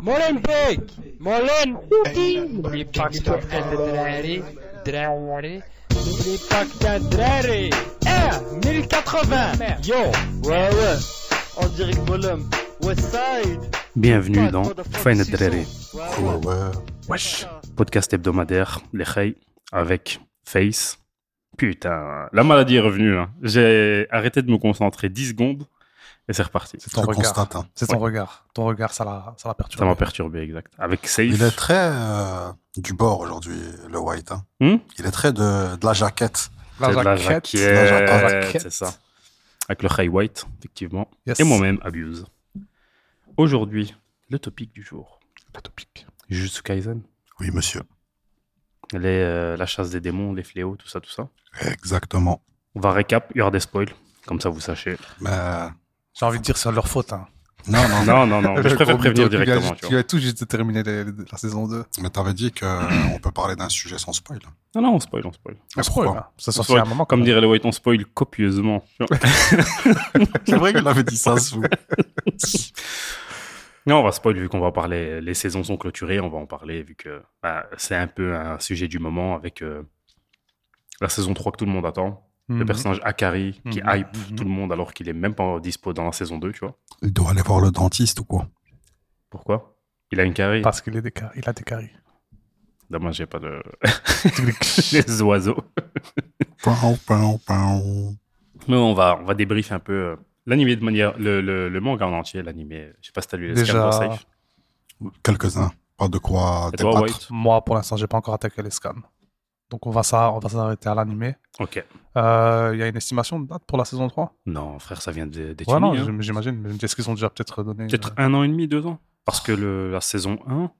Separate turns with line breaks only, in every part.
Molenbeek Molenbeek N'oublie pas que t'as fait des drari Drari N'oublie pas que t'as drari Eh 1080 Yo Ouais ouais En direct Molum Westside
Bienvenue dans Fine Dreri,
Ouais ouais
wesh, podcast hebdomadaire, les Khay, avec Face. Putain, la maladie est revenue. hein. J'ai arrêté de me concentrer 10 secondes et c'est reparti.
C'est ton
Je
regard.
constate, hein.
C'est ton regard. Ton regard, ça la, ça la perturbe.
Ça m'a perturbé, exact. Avec
Il est
Safe,
très euh, du bord aujourd'hui, le White. hein.
Hmm
Il est très de, de la jaquette.
c'est de la
la
jaquette,
jaquette.
c'est ça. Avec le Khay White, effectivement.
Yes.
Et moi-même, Abuse. Aujourd'hui, le topic du jour.
Le topic.
Jujutsu Kaisen.
Oui, monsieur.
Les, euh, la chasse des démons, les fléaux, tout ça, tout ça.
Exactement.
On va récap, il y aura des spoils, comme ça vous sachez.
Mais euh,
J'ai envie de dire, c'est leur faute. Hein.
non, non.
Non, non, non, mais je préfère prévenir directement. tu vois.
Tu as tout juste terminé la, la saison 2.
Mais t'avais dit qu'on peut parler d'un sujet sans spoil.
Non, non, on spoil, on spoil.
On se
pourquoi
spoil, hein. Ça
On
sortit
spoil.
à un moment.
Comme
quand
dirait le White, on spoil copieusement.
C'est vrai qu'il avait dit ça. Sou.
non, on va spoil vu qu'on va parler. Les saisons sont clôturées, on va en parler vu que bah, c'est un peu un sujet du moment avec euh, la saison 3 que tout le monde attend.
même.
Le
Mhm.
personnage Akari qui
Mhm,
hype
mhm.
tout le monde alors qu'il est même pas dispo dans la saison 2, tu vois.
Il doit aller voir le dentiste ou quoi
Pourquoi Il a une carie.
Parce qu'il est des caries. Il a des caries.
Dommage, j'ai pas de. les oiseaux.
Pow, pow, pow.
Mais on va, on va débriefer un peu euh, l'animé de manière. Le, le, le manga en entier, l'animé. Je sais pas si t'as lu les
Déjà.
scans, toi, Safe.
Quelques-uns. Pas de quoi
Et toi,
débattre.
White
Moi, pour l'instant, j'ai pas encore attaqué les scans. Donc, on va ça- on va s'arrêter à l'animé.
Ok.
Euh, Il y a une estimation de date pour la saison 3
Non, frère, ça vient des, des
Ouais, non,
Tunis, hein.
j'im- j'imagine. mais Est-ce qu'ils ont déjà peut-être donné. euh,
Peut-être un an et demi, deux ans. Parce que le- la saison 1,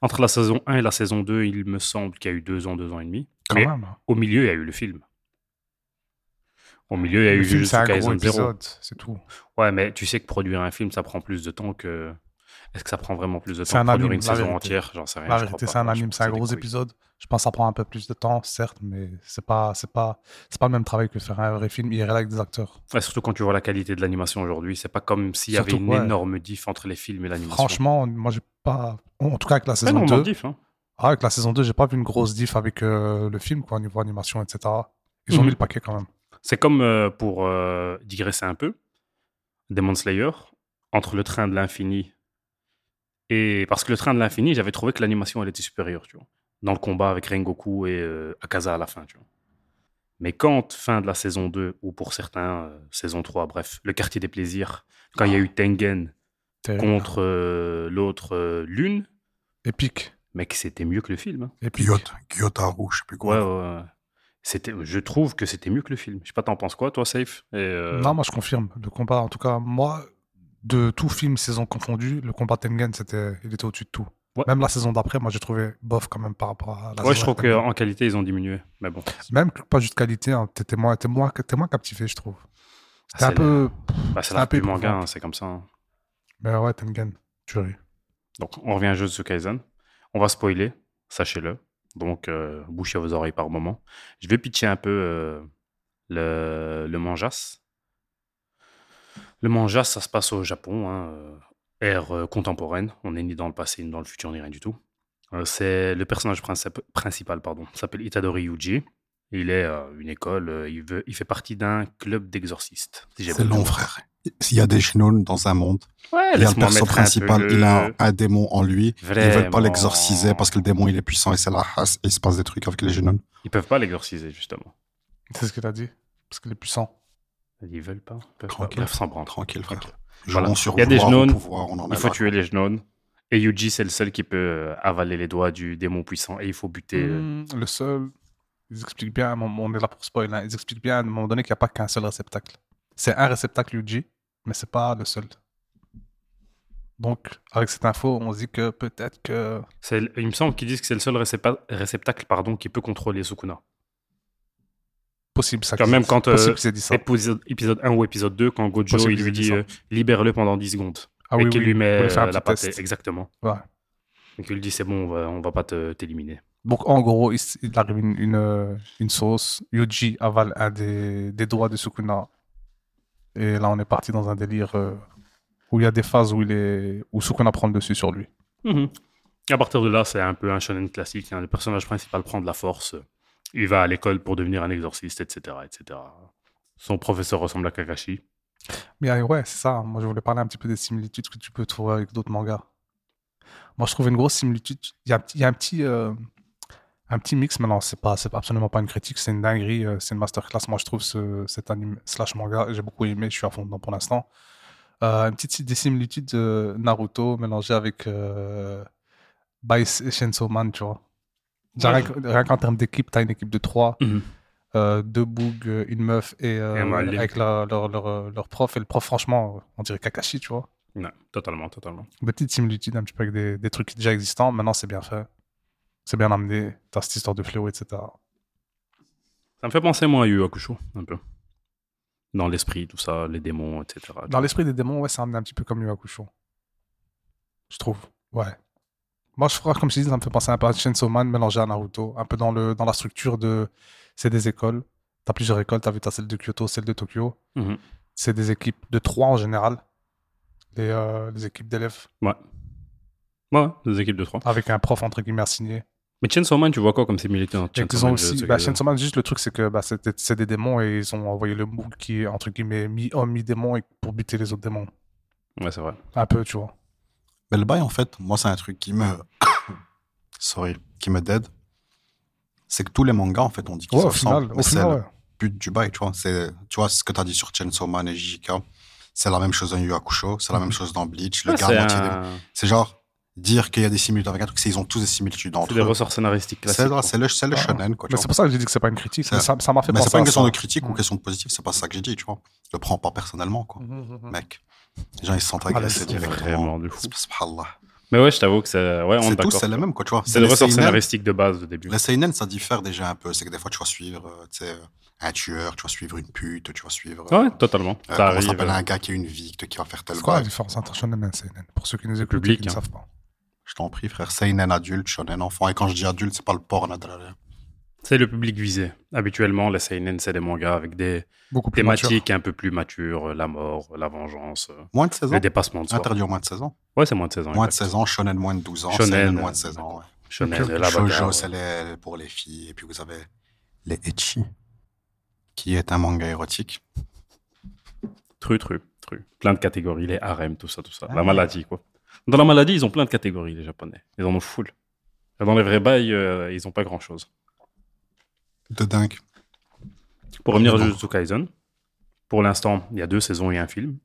entre la saison 1 et la saison 2, il me semble qu'il y a eu deux ans, deux ans et demi.
Quand
Mais
même.
au milieu, il y a eu le film. Au milieu, il y a
Le
eu
film,
Jujutsu
c'est un gros
Kaisen 0.
épisode. C'est tout.
Ouais, mais tu sais que produire un film, ça prend plus de temps que. Est-ce que ça prend vraiment plus de
C'est
temps
un
que produire
anime,
une
la
saison
vérité.
entière J'en sais rien.
La
je
vérité,
crois
c'est un
pas. Je
anime,
pense
c'est un
que des
gros
couilles.
épisode. Je pense que ça prend un peu plus de temps, certes, mais c'est pas, c'est pas, c'est pas le même travail que faire un vrai film IRL avec des acteurs.
Ouais, surtout quand tu vois la qualité de l'animation aujourd'hui, c'est pas comme s'il y avait
Surtout,
une
ouais.
énorme diff entre les films et l'animation.
Franchement, moi j'ai pas, en en tout cas avec la
c'est
saison
énormément
2,
de diff. hein.
Ah, avec la saison 2, j'ai pas vu une grosse diff avec euh, le film quoi, au niveau animation, etc. Ils ont
Mhm.
mis le paquet quand même.
C'est comme, euh, pour euh, digresser un peu, Demon Slayer, entre le train de l'infini et. Parce que le train de l'infini, j'avais trouvé que l'animation, elle était supérieure, tu vois. Dans le combat avec Rengoku et euh, Akaza à la fin, tu vois. Mais quand, fin de la saison 2, ou pour certains, euh, saison 3, bref, le quartier des plaisirs, quand il y a eu Ah. Tengen
Terrible.
contre euh, l'autre euh, Lune,
Épique,
mec, c'était mieux que le film. hein.
épique.
Gyot, Gyotaru, je sais plus
Ouais,
quoi.
ouais, ouais. C'était, je trouve que c'était mieux que le film. Je sais pas, t'en penses quoi, toi, Safe Et, euh,
Non, moi je confirme le combat. En tout cas, moi, de tout film saison confondu, le combat Tengen, c'était, il était au-dessus de tout.
Ouais.
Même la saison d'après, moi j'ai trouvé bof quand même par rapport à la
Ouais, je
saison
trouve
Tengen.
qu'en qualité, ils ont diminué. Mais bon.
Même que- pas juste qualité, hein, t'étais moins, t'es moins, t'es moins captivé, je trouve. C'était
Ah, C'est
un peu.
Bah, c'est
C'est un
la
peu
du manga,
éprouvant.
hein, c'est comme ça. hein.
Mais ouais, Tengen, tuerie.
Donc, on revient à Jujutsu Kaisen. On va spoiler, sachez-le. Donc, euh, bouchez vos oreilles par moment. Je vais pitcher un peu euh, le, le manjas. Le manjas, ça se passe au Japon, hein, euh, ère euh, contemporaine. On n'est ni dans le passé, ni dans le futur, ni rien du tout. Euh, c'est le personnage princip- principal, pardon, s'appelle Itadori Yuji. Il est euh, une école, euh, il, veut, il fait partie d'un club d'exorcistes. si j'ai
C'est
bien
long,
compris.
frère. S'il y a des chinons dans un monde,
Ouais,
il y a le
laisse-moi
perso
mettre un peu
principal,
le-
il a un, un démon en lui. Ils veulent pas
euh, Vraiment.
l'exorciser parce que le démon il est puissant et c'est la race et il se passe des trucs avec les jeunes
Ils peuvent pas l'exorciser, justement.
C'est ce que t'as dit. Parce qu'il est puissant.
Ils veulent pas. Ils peuvent
Tranquille.
pas. Bref, s'en branle.
Tranquille frère.
Tranquille.
Je
Voilà.
rends sur
Il y a des
vouloir au
genoux.
pouvoir, on en
Il
est
faut
là.
tuer les genones. Et Yuji, c'est le seul qui peut euh, avaler les doigts du démon puissant et il faut buter. euh,
Mm, Le seul. Ils expliquent bien, on on est là pour spoiler. hein, Ils expliquent bien à un moment donné qu'il n'y a pas qu'un seul réceptacle. C'est un réceptacle Yuji, mais c'est pas le seul. Donc, avec cette info, on se dit que peut-être que.
c'est le- Il me semble qu'ils disent que c'est le seul récepa- réceptacle pardon, qui peut contrôler Sukuna.
Possible, ça.
Genre,
qu'ils-
même quand, euh,
Possible, qu'ils aient dit ça.
Épisode, épisode 1 ou épisode 2, quand Gojo
Possible,
il lui
ils disent
dit
ça.
euh, libère-le pendant 10 secondes.
Ah
et
oui,
qu'il
oui,
lui
vous
met
voulez faire un
euh, la
petit
pâte.
test.
Exactement.
Ouais.
Et qu'il lui dit c'est bon, on va, on va pas te- t'éliminer.
Donc, en gros, il, s- il arrive une, une, euh, une sauce. Yuji avale un des, des doigts de Sukuna. Et là, on est parti dans un délire euh, où il y a des phases où il est où Sukuna prend le dessus sur lui.
Mhm. À partir de là, c'est un peu un shonen classique. hein. Le personnage principal prend de la force. Il va à l'école pour devenir un exorciste, etc., etc. Son professeur ressemble à Kakashi.
Mais euh, ouais, c'est ça. Moi, je voulais parler un petit peu des similitudes que tu peux trouver avec d'autres mangas. Moi, je trouve une grosse similitude. Il y a, un petit- il y a un petit, euh, un petit mix. Maintenant, c'est pas, c'est absolument pas une critique, c'est une dinguerie, euh, c'est une masterclass. Moi, je trouve ce- cet anime slash manga, j'ai beaucoup aimé. Je suis à fond dedans pour l'instant. Euh, une petite des similitudes de Naruto mélangé avec euh, Bice et Chainsaw Man, tu vois. Genre,
Ouais.
rien que- rien qu'en termes d'équipe, t'as une équipe de 3
Mhm.
deux bougs, euh, une meuf et, euh,
Et un malin.
avec la- leur, leur, euh, leur prof. Et le prof, franchement, euh, on dirait Kakashi, tu vois.
Ouais, totalement, totalement.
Des petites similitudes un petit peu avec des, des trucs déjà existants. Maintenant, c'est bien fait. C'est bien amené. T'as cette histoire de fléau, etc.
Ça me fait penser, moi, à Yu Yu Hakusho, un peu. Dans l'esprit, tout ça, les démons, etc.
Dans l'esprit des démons, ouais, c'est amené un petit peu comme Yu Hakusho. Je trouve. Ouais. Moi, je crois, comme je dis, ça me fait penser un peu à Chainsaw Man mélangé à Naruto. Un peu dans, le, dans la structure de. C'est des écoles. T'as plusieurs écoles. T'as vu, t'as celle de Kyoto, celle de Tokyo.
Mhm.
C'est des équipes de trois en général. Les, euh, les équipes d'élèves.
Ouais. Ouais, des équipes de trois.
Avec un prof, entre guillemets, assigné.
Mais Chainsaw Man, tu vois quoi comme similitude entre
Et
Chainsaw
qu'ils ont
Man et
aussi.
Jujutsu
Bah,
Kaisen
Chainsaw Man, juste le truc, c'est que bah, c'était- c'est des démons et ils ont envoyé le Moog qui est entre guillemets mi-homme, mi-démon et pour buter les autres démons.
Ouais, c'est vrai.
Un peu, tu vois.
Mais le bail, en fait, moi, c'est un truc qui me. Sorry, qui me dead. C'est que tous les mangas, en fait, on dit qu'ils
Ouais,
se
au final,
ressemblent.
au
Mais c'est
final,
le
ouais.
but du bail, tu vois. C'est- Tu vois, ce que tu as dit sur Chainsaw Man et JJK, c'est la même chose dans Yu Hakusho, c'est la même chose dans Bleach, le
Mhm. Ouais,
gars
c'est
moitié démon.
un-
C'est genre dire qu'il y a des similitudes avec un truc, c'est ils ont tous des similitudes
c'est
entre
des
eux.
ressorts scénaristiques
C'est
classiques. quoi.
c'est le, c'est
Ah.
le shonen, quoi. tu
Mais
vois.
c'est pour ça que j'ai dit que c'est pas une critique.
C'est-
Mais ça ça m'a fait
Mais
penser.
c'est pas
à
une question
ça.
de critique ou
Mm.
question de positif, c'est pas ça que j'ai dit, tu vois. Je le prends pas personnellement, quoi.
Mhm,
Mm.
mhm, mhm.
Mec, les gens, ils se
Ah,
sentent
là,
agressés
c'est
directement.
Vraiment de fou.
Subhanallah.
Mais ouais, je t'avoue que c'est. Ouais, on est
C'est tous,
d'accord.
c'est le même, quoi, tu vois.
C'est le
les
ressort
seinen.
scénaristique de base au début.
Les seinen, ça diffère déjà un peu. C'est que des fois, tu vas suivre euh, tu sais, euh, un tueur, tu vas suivre une pute, tu vas suivre. euh,
Ouais, totalement.
euh,
ça
comment
arrive. hein.
s'appelle un gars qui a une victime, qui va faire tel
C'est quoi la
bail.
différence entre Shonen et Seinen Pour ceux qui nous écoutent, et
public,
qui ne
hein.
savent pas.
Je t'en prie, frère. Seinen adulte, shonen enfant. Et quand je dis adulte, c'est pas le porn, adrien.
euh, C'est le public visé. Habituellement, les seinen, c'est des mangas avec des
Beaucoup plus mature.
thématiques un peu plus matures, euh, la mort, euh, la vengeance, euh,
Moins de 16
le
ans.
dépassement de soi.
Interdit au moins de 16 ans.
Ouais, c'est moins de 16 ans.
Moins de
exact.
16 ans, shonen moins de 12 ans.
Shonen,
seinen
euh,
moins de 16 ans. ouais.
Shonen,
Ok.
euh, la bagarre,
Shoujo,
ouais.
c'est les- pour les filles. Et puis vous avez les Echi, qui est un manga érotique.
Tru, tru, tru. Plein de catégories, les harems, tout ça, tout ça.
Ah
La
ouais.
maladie, quoi. Dans la maladie, ils ont plein de catégories, les Japonais. Ils en ont full. Dans les vrais bails, euh, ils ont pas grand-chose.
De dingue.
Pour revenir à
Bon.
Jujutsu Kaisen, pour l'instant, il y a deux saisons et un film.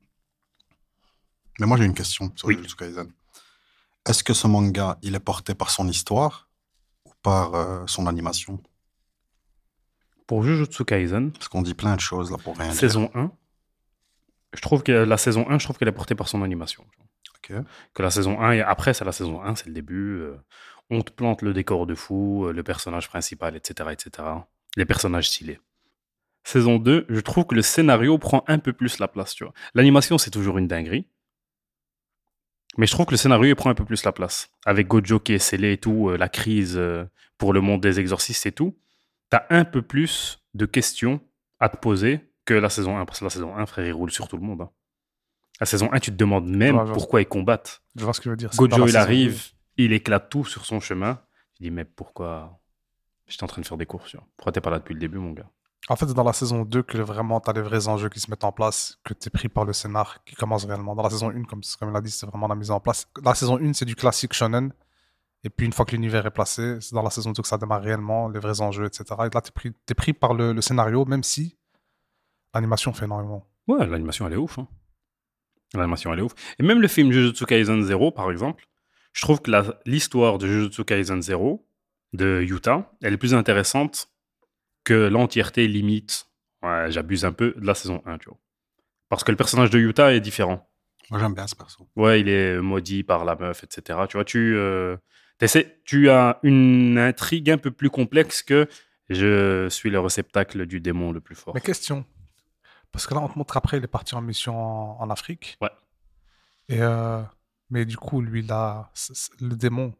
Mais moi, j'ai une question sur
Oui.
Jujutsu Kaisen. Est-ce que ce manga, il est porté par son histoire ou par euh, son animation
Pour Jujutsu Kaisen,
Parce qu'on dit plein de choses là pour rien. dire.
saison 1, je trouve que la saison 1, je trouve qu'elle est portée par son animation.
Ok.
que la saison 1, et après, c'est la saison 1, c'est le début. euh, on te plante le décor de fou, euh, le personnage principal, etc., etc. Les personnages stylés. Saison 2, je trouve que le scénario prend un peu plus la place, tu vois. L'animation, c'est toujours une dinguerie. Mais je trouve que le scénario, il prend un peu plus la place. Avec Gojo qui est scellé et tout, euh, la crise euh, pour le monde des exorcistes et tout, t'as un peu plus de questions à te poser que la saison 1. Parce que la saison 1, frère, il roule sur tout le monde. hein. La saison 1, tu te demandes même
Ouais, je vois.
pourquoi ils combattent.
Je vois ce que je veux dire. c'est dans
Gojo,
la
il
saison
arrive, il éclate tout sur son chemin. Je dis, mais pourquoi J'étais en train de faire des courses. tu vois. Pourquoi t'es pas là depuis le début, mon gars
En fait, c'est dans la saison 2 que vraiment tu as les vrais enjeux qui se mettent en place, que tu es pris par le scénar qui commence réellement. Dans la saison 1, comme, comme il a dit, c'est vraiment la mise en place. La saison 1, c'est du classique shonen. Et puis, une fois que l'univers est placé, c'est dans la saison 2 que ça démarre réellement, les vrais enjeux, etc. Et là, tu es pris, t'es pris par le, le scénario, même si l'animation fait énormément.
Ouais, l'animation, elle est ouf. hein. L'animation, elle est ouf. Et même le film Jujutsu Kaisen 0, par exemple, je trouve que la- l'histoire de Jujutsu Kaisen 0 de Yuta, elle est plus intéressante que l'entièreté limite, ouais, j'abuse un peu, de la saison 1, tu vois. Parce que le personnage de Yuta est différent.
Moi, j'aime bien ce perso.
Ouais, il est maudit par la meuf, etc. Tu vois, tu, euh, t'essaies- tu as une intrigue un peu plus complexe que je suis le réceptacle du démon le plus fort.
Mais question. Parce que là, on te montre après, il est parti en mission en, en Afrique.
Ouais.
Et euh, mais du coup, lui, là, c'est- c'est le démon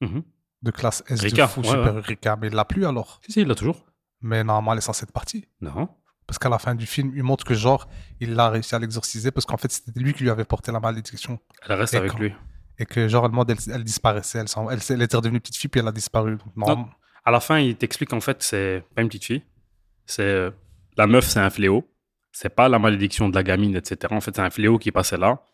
Mhm.
de classe S de
Rika,
fou,
ouais,
super Rika, mais il l'a plus alors.
Si, si, il l'a toujours.
Mais normalement, elle est censée être partie.
Non.
Parce qu'à la fin du film, il montre que genre, il a réussi à l'exorciser parce qu'en fait, c'était lui qui lui avait porté la malédiction.
Elle reste
Et
avec
quand-
lui.
Et que genre, le monde, elle, elle disparaissait. Elle, s'en- elle, s'est- elle était redevenue petite fille puis elle a disparu. Donc, non,
Non. À la fin, il t'explique qu'en fait, c'est pas une petite fille. C'est euh, la meuf, c'est un fléau. C'est pas la malédiction de la gamine, etc. En fait, c'est un fléau qui passait là.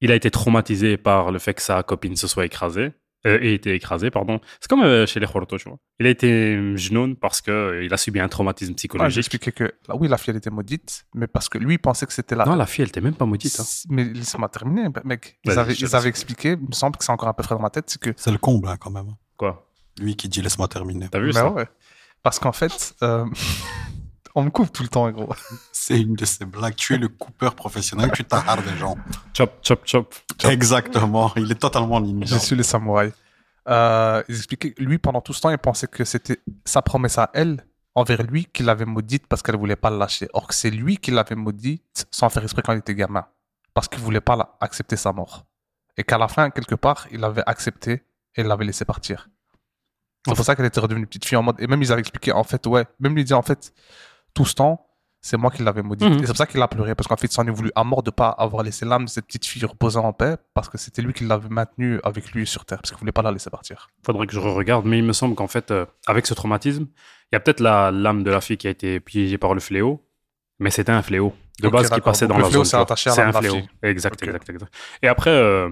Il a été traumatisé par le fait que sa copine se soit écrasée. Euh, ait été écrasée, pardon. C'est comme euh, chez les Horto, tu vois. Il a été euh, jnoun parce que euh, il a subi un traumatisme
Ah,
psychologique.
J'expliquais que là, oui, la fille elle était maudite, mais parce que lui il pensait que c'était la.
non, la fille, elle était même pas maudite. hein.
S- Mais laisse-moi terminer, ben, mec. Ils
Vas-y,
avaient,
je te
ils
laisse.
avaient expliqué, il me semble que c'est encore un peu frais dans ma tête, c'est que.
C'est le comble, hein, quand même.
Quoi
Lui qui dit laisse-moi terminer.
T'as vu
Mais
ça
Bah ben ouais. Parce qu'en fait, euh, on me coupe tout le temps, gros.
C'est une de ces blagues. Tu es le coupeur professionnel, tu t'arraches des gens.
Chop, chop, chop.
Exactement. Il est totalement
Je
ignorant.
suis les samouraïs. Euh, ils expliquaient, que lui, pendant tout ce temps, il pensait que c'était sa promesse à elle, envers lui, qu'il l'avait maudite parce qu'elle voulait pas le lâcher. Or, que c'est lui qui l'avait maudite sans faire exprès quand il était gamin. Parce qu'il voulait pas la- accepter sa mort. Et qu'à la fin, quelque part, il l'avait accepté et il l'avait laissé partir. C'est pour ça qu'elle était redevenue petite fille en mode. Et même, ils avaient expliqué, en fait, ouais, même lui dit, en fait, tout ce temps, c'est moi qui l'avais maudite.
Mhm.
Et c'est pour ça qu'il a pleuré, parce qu'en fait, il s'en est voulu à mort de pas avoir laissé l'âme de cette petite fille reposer en paix, parce que c'était lui qui l'avait maintenue avec lui sur Terre, parce qu'il voulait pas la laisser partir.
Faudrait que je regarde, mais il me semble qu'en fait, euh, avec ce traumatisme, il y a peut-être la l'âme de la fille qui a été piégée par le fléau, mais c'était un fléau. De
Ok,
base, qui
d'accord.
passait
Donc
dans
le
la
fléau
zone.
s'est
tu vois.
attaché à
C'est
l'âme
un
de la
fléau.
fille.
Exact,
Ok.
exact, exact. Et après, euh,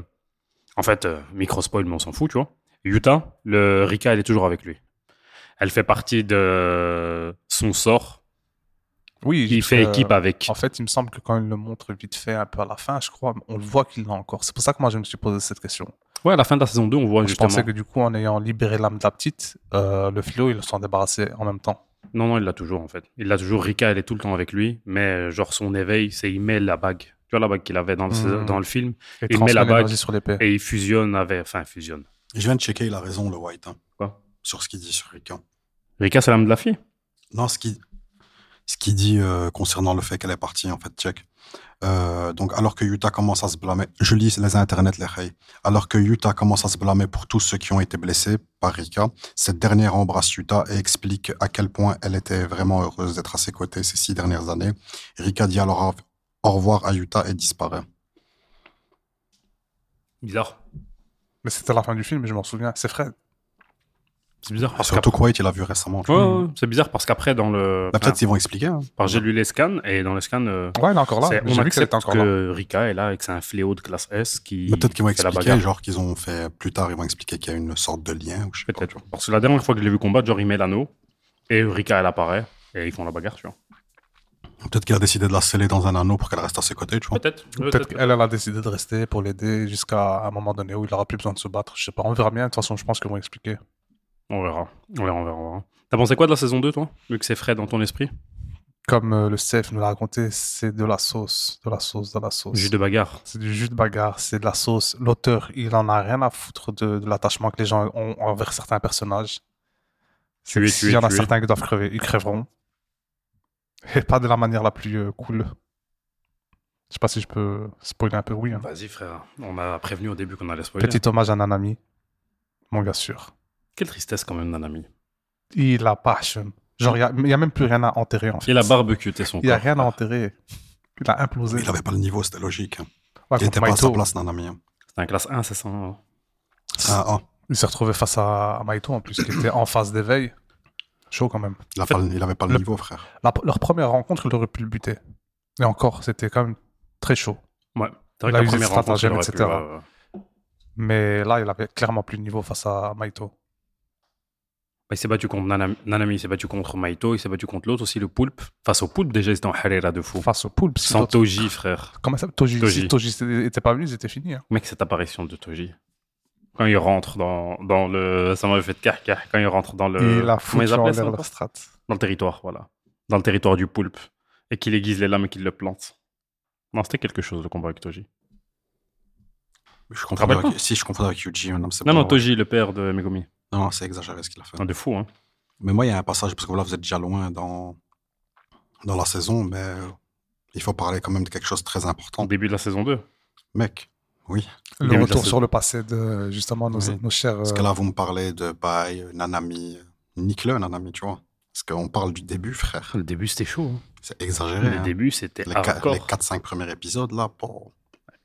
en fait, euh, micro-spoil, mais on s'en fout, tu vois. Utah, le Rika, elle est toujours avec lui. Elle fait partie de son sort.
Oui,
Il fait équipe
euh,
avec.
En fait, il me semble que quand il le montre vite fait, un peu à la fin, je crois, on le voit qu'il l'a encore. C'est pour ça que moi, je me suis posé cette question.
Ouais, à la fin de la saison 2, on voit
je
justement.
pensais que du coup, en ayant libéré l'âme de la petite, euh, le fléau, il s'en débarrassait en même temps.
Non, non, il l'a toujours en fait. Il l'a toujours. Rika, elle est tout le temps avec lui, mais euh, genre son éveil, c'est il met la bague. Tu vois la bague qu'il avait dans le,
Mhm.
dans le film
Et
Il met la
transmet
bague.
l'énergie sur l'épée.
et il fusionne avec. Enfin, fusionne.
Je viens de checker, il a raison, le White. hein,
Quoi
sur ce qu'il dit sur hein. Rican.
Rika, c'est l'âme de la fille
Non, ce qui, ce qui dit euh, concernant le fait qu'elle est partie, en fait, check. Euh, donc, alors que Utah commence à se blâmer, je lis les internets, les hey. Alors que Utah commence à se blâmer pour tous ceux qui ont été blessés par Rika, cette dernière embrasse Utah et explique à quel point elle était vraiment heureuse d'être à ses côtés ces six dernières années. Rika dit alors au- au revoir à Utah et disparaît.
Bizarre.
Mais c'était la fin du film, je m'en souviens. C'est vrai.
C'est bizarre.
Ah,
Parce
Surtout Kuwait, il a vu récemment.
qu'après- Ouais, ouais, c'est bizarre parce qu'après, dans le.
Bah, Peut-être qu'ils vont expliquer. hein.
Enfin, J'ai lu les scans et dans les scans, euh,
Ouais, il est encore là.
c'est-
J'ai
on
vu qu'elle
accepte
était encore là. Bah,
que Rika est là et que c'est un fléau de classe S qui.
Mais Peut-être qu'ils vont
fait la
expliquer,
bagarre.
genre qu'ils ont fait plus tard, ils vont expliquer qu'il y a une sorte de lien. Ou je sais pas, tu
Peut-être.
vois.
Parce que la dernière fois que je l'ai vu combattre, genre il met l'anneau et Rika, elle apparaît et ils font la bagarre, tu vois.
Peut-être qu'il a décidé de la sceller dans un anneau pour qu'elle reste à ses côtés, tu vois.
Peut-être.
Peut-être qu'elle elle a décidé de rester pour l'aider jusqu'à un moment donné où il aura plus besoin de se battre. Je sais pas, on verra bien. De toute façon, je pense qu'ils vont expliquer.
On verra. On verra, on verra, on verra. T'as pensé quoi de la saison 2, toi Vu que c'est frais dans ton esprit
Comme euh, le chef nous l'a raconté, c'est de la sauce, de la sauce, de la sauce.
Jus de bagarre.
C'est du jus de bagarre, c'est de la sauce. L'auteur, il en a rien à foutre de, de l'attachement que les gens ont envers certains personnages. C'est
Tuer,
que s'il
tuer,
y en a
tuer.
certains qui doivent crever, ils crèveront. Et pas de la manière la plus euh, cool. Je sais pas si je peux spoiler un peu, oui. hein.
Vas-y, frère. On m'a prévenu au début qu'on allait spoiler.
Petit hommage à Nanami, mon gars sûr.
Quelle tristesse, quand même, Nanami.
Il a passion. Genre, il n'y a, même plus rien à enterrer, en fait.
Il a hein. barbecuté son
Il n'y a
corps.
rien à enterrer. Il a implosé.
Il n'avait pas le niveau, c'était logique. hein.
Ouais,
il
contre
n'était pas à sa
Maito.
place, Nanami. hein.
C'était un classe 1, c'est ça hein
Bah,
Ah, ah,
Il s'est retrouvé face à, à Maito, en plus, qui était en phase d'éveil. Chaud, quand même.
il n'avait pas le
le-
niveau, frère.
La- leur première rencontre, il aurait pu le buter. Et encore, c'était quand même très chaud.
Ouais.
Il
C'est vrai que
a
la
eu des
première rencontre, il
stratagèmes,
aurait pu,
etc..
euh,
Mais là, il avait clairement plus de niveau face à Maito.
Bah, il s'est battu contre Nanami, Nanami il s'est battu contre Maito, il s'est battu contre l'autre aussi, le Poulpe. Face au Poulpe, déjà, ils étaient en Harera de fou.
Face au Poulpe. si
Sans
l'autre-
Toji, frère.
Comment ça Toji.
Toji.
Si Toji n'était pas venu, ils étaient finis. hein.
Mec, cette apparition de Toji. Quand il rentre dans, dans le. Ça m'avait fait de carcar. Quand il rentre dans le.
il a
Euh, Comment ils
foutu en
appelaient ça
l'air
encore
leur strat.
Dans le territoire, voilà. Dans le territoire du Poulpe. Et qu'il aiguise les lames et qu'il le plante. Non, c'était quelque chose le combat avec Toji.
Je
te rappelle
avec, si je confonds avec Yuji, non, c'est
Non,
pas
non,
vrai.
Toji, le père de Megumi.
Non, non, c'est exagéré ce qu'il a fait.
Ah, de fou, hein.
Mais moi, il y a un passage, parce que voilà, vous êtes déjà loin dans, dans la saison, mais euh, il faut parler quand même de quelque chose de très
Au
important.
début de la saison 2.
Mec, oui.
Début
Le
de
retour
la
sur le passé de justement nos,
Oui.
nos chers.
Parce que
euh,
là, vous me parlez de Bai, Nanami. Nique-le, Nanami, tu vois. Parce qu'on parle du début, frère.
Le début, c'était chaud. hein.
C'est exagéré.
Le
hein.
début, Ah, c'était
Les, qua- les
hardcore.
4-5 premiers épisodes, là, pour...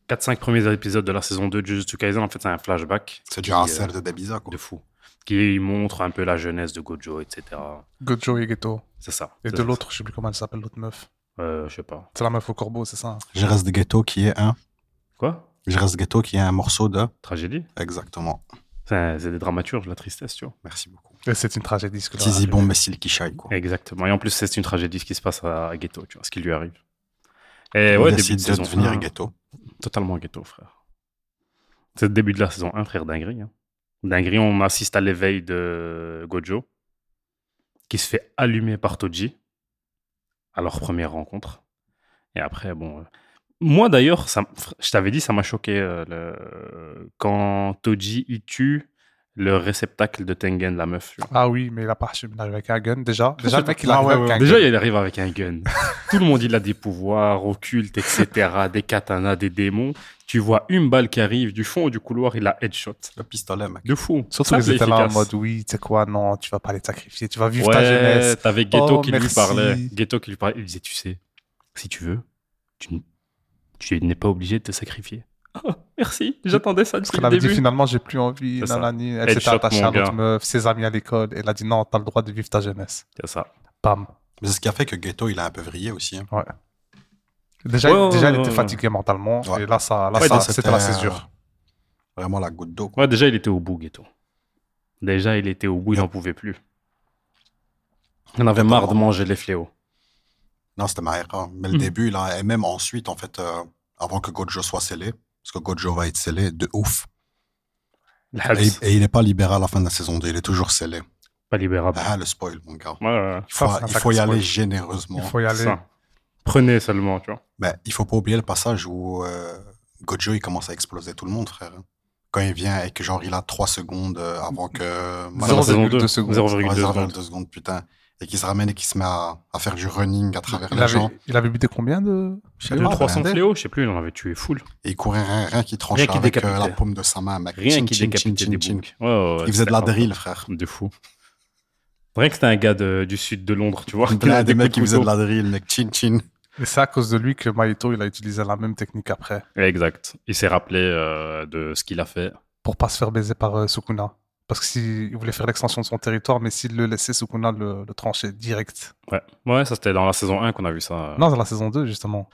4-5 premiers épisodes de la saison 2 de Jujutsu Kaisen, en fait, c'est un flashback
c'est du cancer
euh,
de Debiza, quoi.
de fou. Qui montre un peu la jeunesse de Gojo, etc.
Gojo et Ghetto.
C'est ça.
Et
C'est
de
ça.
l'autre, je sais plus comment elle s'appelle, l'autre meuf.
Euh, Je sais pas.
C'est la meuf au corbeau, c'est ça hein.
Jerez de Ghetto qui est un...
Quoi
Jerez de Ghetto qui est un morceau de...
Tragédie
Exactement.
C'est c'est des dramaturges, la tristesse, tu vois.
Merci beaucoup.
Et c'est une tragédie, ce que
Tizi Bon Messil Kishai, quoi.
Exactement. Et en plus, c'est une tragédie ce qui se passe à à Ghetto, tu vois, ce qui lui arrive. Et
Il
Eh ouais, début
décide
de
de,
saison
devenir
1,
Ghetto.
totalement Ghetto, frère. C'est le début de la saison 1, frère, dinguerie. Hein. Dinguerie, on assiste à l'éveil de Gojo, qui se fait allumer par Toji à leur première rencontre. Et après, bon. euh, Moi, d'ailleurs, ça m- fr- je t'avais dit, ça m'a choqué euh, le- quand Toji y tue le réceptacle de Tengen, la meuf. tu vois.
Ah oui, mais il a pas il arrive avec un gun. Déjà, déjà le mec, il
Ah
arrive
ouais,
avec
ouais,
un
Déjà,
gun.
il arrive avec un gun. Tout le monde, il a des pouvoirs occultes, etc., des katanas, des démons. Tu vois une balle qui arrive du fond du couloir, il a headshot.
Le pistolet, mec.
De fou.
Surtout
Simple
qu'ils
et
étaient là en
efficace.
mode, oui, tu sais quoi, non, tu vas pas les sacrifier, tu vas vivre ta
Ouais,
jeunesse.
t'avais Ghetto
Oh,
qui lui
merci.
parlait. Ghetto qui lui parlait. Il disait, tu sais, si tu veux, tu, n- tu n'es pas obligé de te sacrifier. Oh, merci. J'attendais ça
Ah, Parce
depuis
qu'elle
le
avait dit
début.
finalement, j'ai plus envie,
C'est ça.
nanani. Elle
Headshot,
s'était attachée
mon
à l'autre
gars.
meuf, ses amis à l'école. Elle a dit, non, t'as le droit de vivre ta jeunesse.
C'est ça.
Bam.
Mais c'est ce qui a fait que Ghetto, il a un peu vrillé aussi. hein.
Déjà,
Ouais, ouais,
déjà elle
ouais,
était
ouais.
fatiguée mentalement.
Ouais.
Et là, ça, là,
Ouais,
ça,
donc
c'était la
c'était, euh,
césure.
Vraiment la goutte d'eau, quoi.
Ouais, déjà, il était au bout, Ghetto. Déjà, il était au bout, il n'en pouvait plus. Il en avait marre de manger les fléaux.
Non, c'était ma erreur. Mais le
Mhm.
début, là, et même ensuite, en fait, euh, avant que Gojo soit scellé, parce que Gojo va être scellé de ouf.
Le
Ah,
Et,
Habs,
et il n'est pas libéré à la fin de la saison 2, il est toujours scellé.
pas libérable.
Ah, le spoil, mon gars.
Ouais, ouais, ouais.
Il faut,
Ça, c'est un
il faut y
sacré spoil.
aller généreusement.
Il faut y aller.
Ça. Prenez seulement, tu vois.
Mais Ben, il faut pas oublier le passage où euh, Gojo, il commence à exploser tout le monde, frère. hein. Quand il vient et que, genre, il a 3 secondes euh, avant que...
Dans
Zéro
la
Ouais,
saison
0,2
2,
secondes.
0,2
0,2
secondes.
secondes, putain. Et qu'il se ramène et qu'il se met à, à faire du running à travers
Il
les gens.
avait, il avait buté combien de.
Je sais
De
pas,
300
blindé.
fléaux, je sais plus, il en avait tué full.
Et il courait rien, rien qui tranchait
qui
avec euh,
décapitait.
la paume de sa main, mec.
Rien
Tchin,
qui
tchin,
décapitait
tchin,
des
tchin,
boucs. Ouais, ouais, ouais,
Il faisait de la
c'était
drill, frère.
un- De fou. Rien que c'était un gars de- du sud de Londres, tu vois.
Plein des mecs qui
coups de
faisaient de la drill, mec. Chin chin.
Et c'est à cause de lui que Maito, il a utilisé la même technique après.
couteau. Exact. Il s'est rappelé euh, de ce qu'il a fait.
Pour pas se faire baiser par euh, Sukuna. Parce que s'il voulait faire l'extension de son territoire, mais s'il le laissait, Sukuna le, le tranchait direct.
Ouais, ouais ça c'était dans la saison 1 qu'on a vu ça.
Non, dans la saison 2, justement.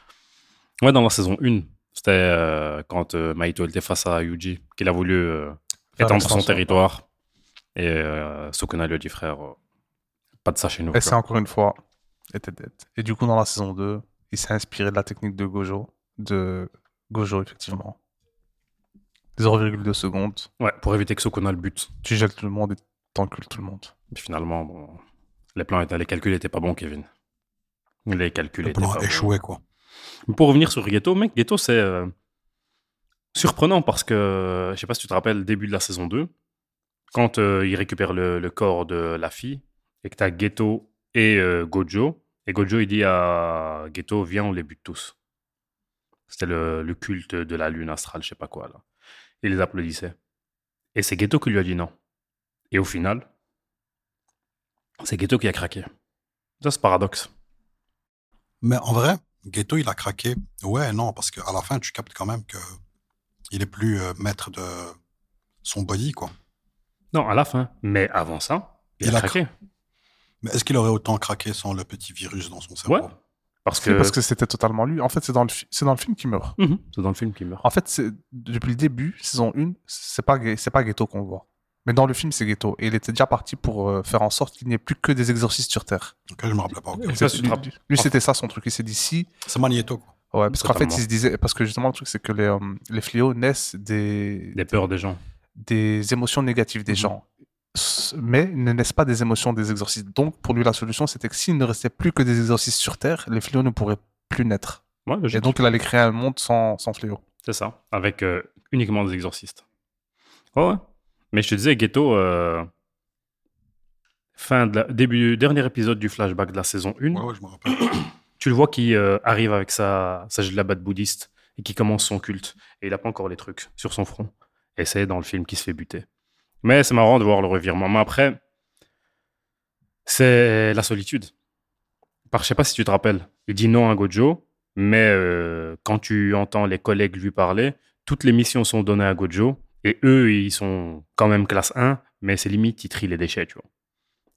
Ouais, dans la saison 1. C'était euh, quand euh, Maito était face à Yuji, qu'il a voulu euh,
Faire
étendre son
l'extension.
territoire. Et euh, Sukuna lui a dit, frère, euh, pas de ça chez nous.
Et
tu
c'est encore une fois, était dead. Et du coup, dans la saison 2, il s'est inspiré de la technique de Gojo. De Gojo, effectivement. 0,2 secondes.
Ouais, pour éviter que Sukuna le bute.
Tu gèles tout le monde et t'encules tout le monde.
Puis finalement, bon, les plans étaient, les calculs n'étaient pas bons, Kevin. Les calculs
Le
étaient
plan
pas
a
bons.
échoué, quoi.
Mais Pour revenir sur Ghetto, mec, Ghetto, c'est euh, surprenant parce que, je sais pas si tu te rappelles, début de la saison 2, quand euh, il récupère le, le corps de la fille et que t'as Ghetto et euh, Gojo, et Gojo, il dit à Ghetto, viens, on les bute tous. C'était le, le culte de la lune astrale, je sais pas quoi, là. Il les applaudissait. Et c'est Ghetto qui lui a dit non. Et au final, c'est Ghetto qui a craqué. Ça, c'est paradoxe.
Mais en vrai, Ghetto, il a craqué. Ouais, non, parce qu'à la fin, tu captes quand même que il est plus euh, maître de son body, quoi.
Non, à la fin. Mais avant ça, il,
Il
a
a
craqué.
Mais est-ce qu'il aurait autant craqué sans le petit virus dans son
Ouais.
cerveau
Parce que
Oui, parce que c'était totalement lui. En fait, c'est dans, le fi- c'est dans le film qu'il meurt.
Mhm. c'est dans le film qu'il meurt.
En fait, c'est- depuis le début, saison 1, c'est pas, Gue- c'est pas Ghetto qu'on voit. Mais dans le film, c'est Ghetto. Et il était déjà parti pour euh, faire en sorte qu'il n'y ait plus que des exorcistes sur Terre.
Ok, je me rappelais pas. ok.
Et ça,
Parce que
tu te
lui,
rappelles-
lui, c'était ça son truc. Il s'est dit si.
C'est Magneto, quoi.
Ouais, parce qu'en fait,
Totalement.
il se disait. Parce que justement, le truc, c'est que les, euh, les fléaux naissent des,
des peurs des gens.
des émotions négatives des
Mhm.
gens. S- Mais ne naissent pas des émotions des exorcistes. Donc, pour lui, la solution, c'était que s'il ne restait plus que des exorcistes sur Terre, les fléaux ne pourraient plus naître.
Ouais,
Et
logique.
donc, il allait créer un monde sans, sans fléaux.
C'est ça. Avec euh, uniquement des exorcistes. Ouais, ouais. Mais je te disais, Ghetto, euh, fin de la- début, dernier épisode du flashback de la saison 1,
Ouais, ouais, je me rappelle.
tu le vois qui euh, arrive avec sa, sa gelabate bouddhiste et qui commence son culte. Et il n'a pas encore les trucs sur son front. Et c'est dans le film qui se fait buter. Mais c'est marrant de voir le revirement. Mais après, c'est la solitude. Par, je sais pas si tu te rappelles, Il dit non à Gojo, mais euh, quand tu entends les collègues lui parler, toutes les missions sont données à Gojo, et eux, ils sont quand même classe 1, mais c'est limite, ils trient les déchets, tu vois.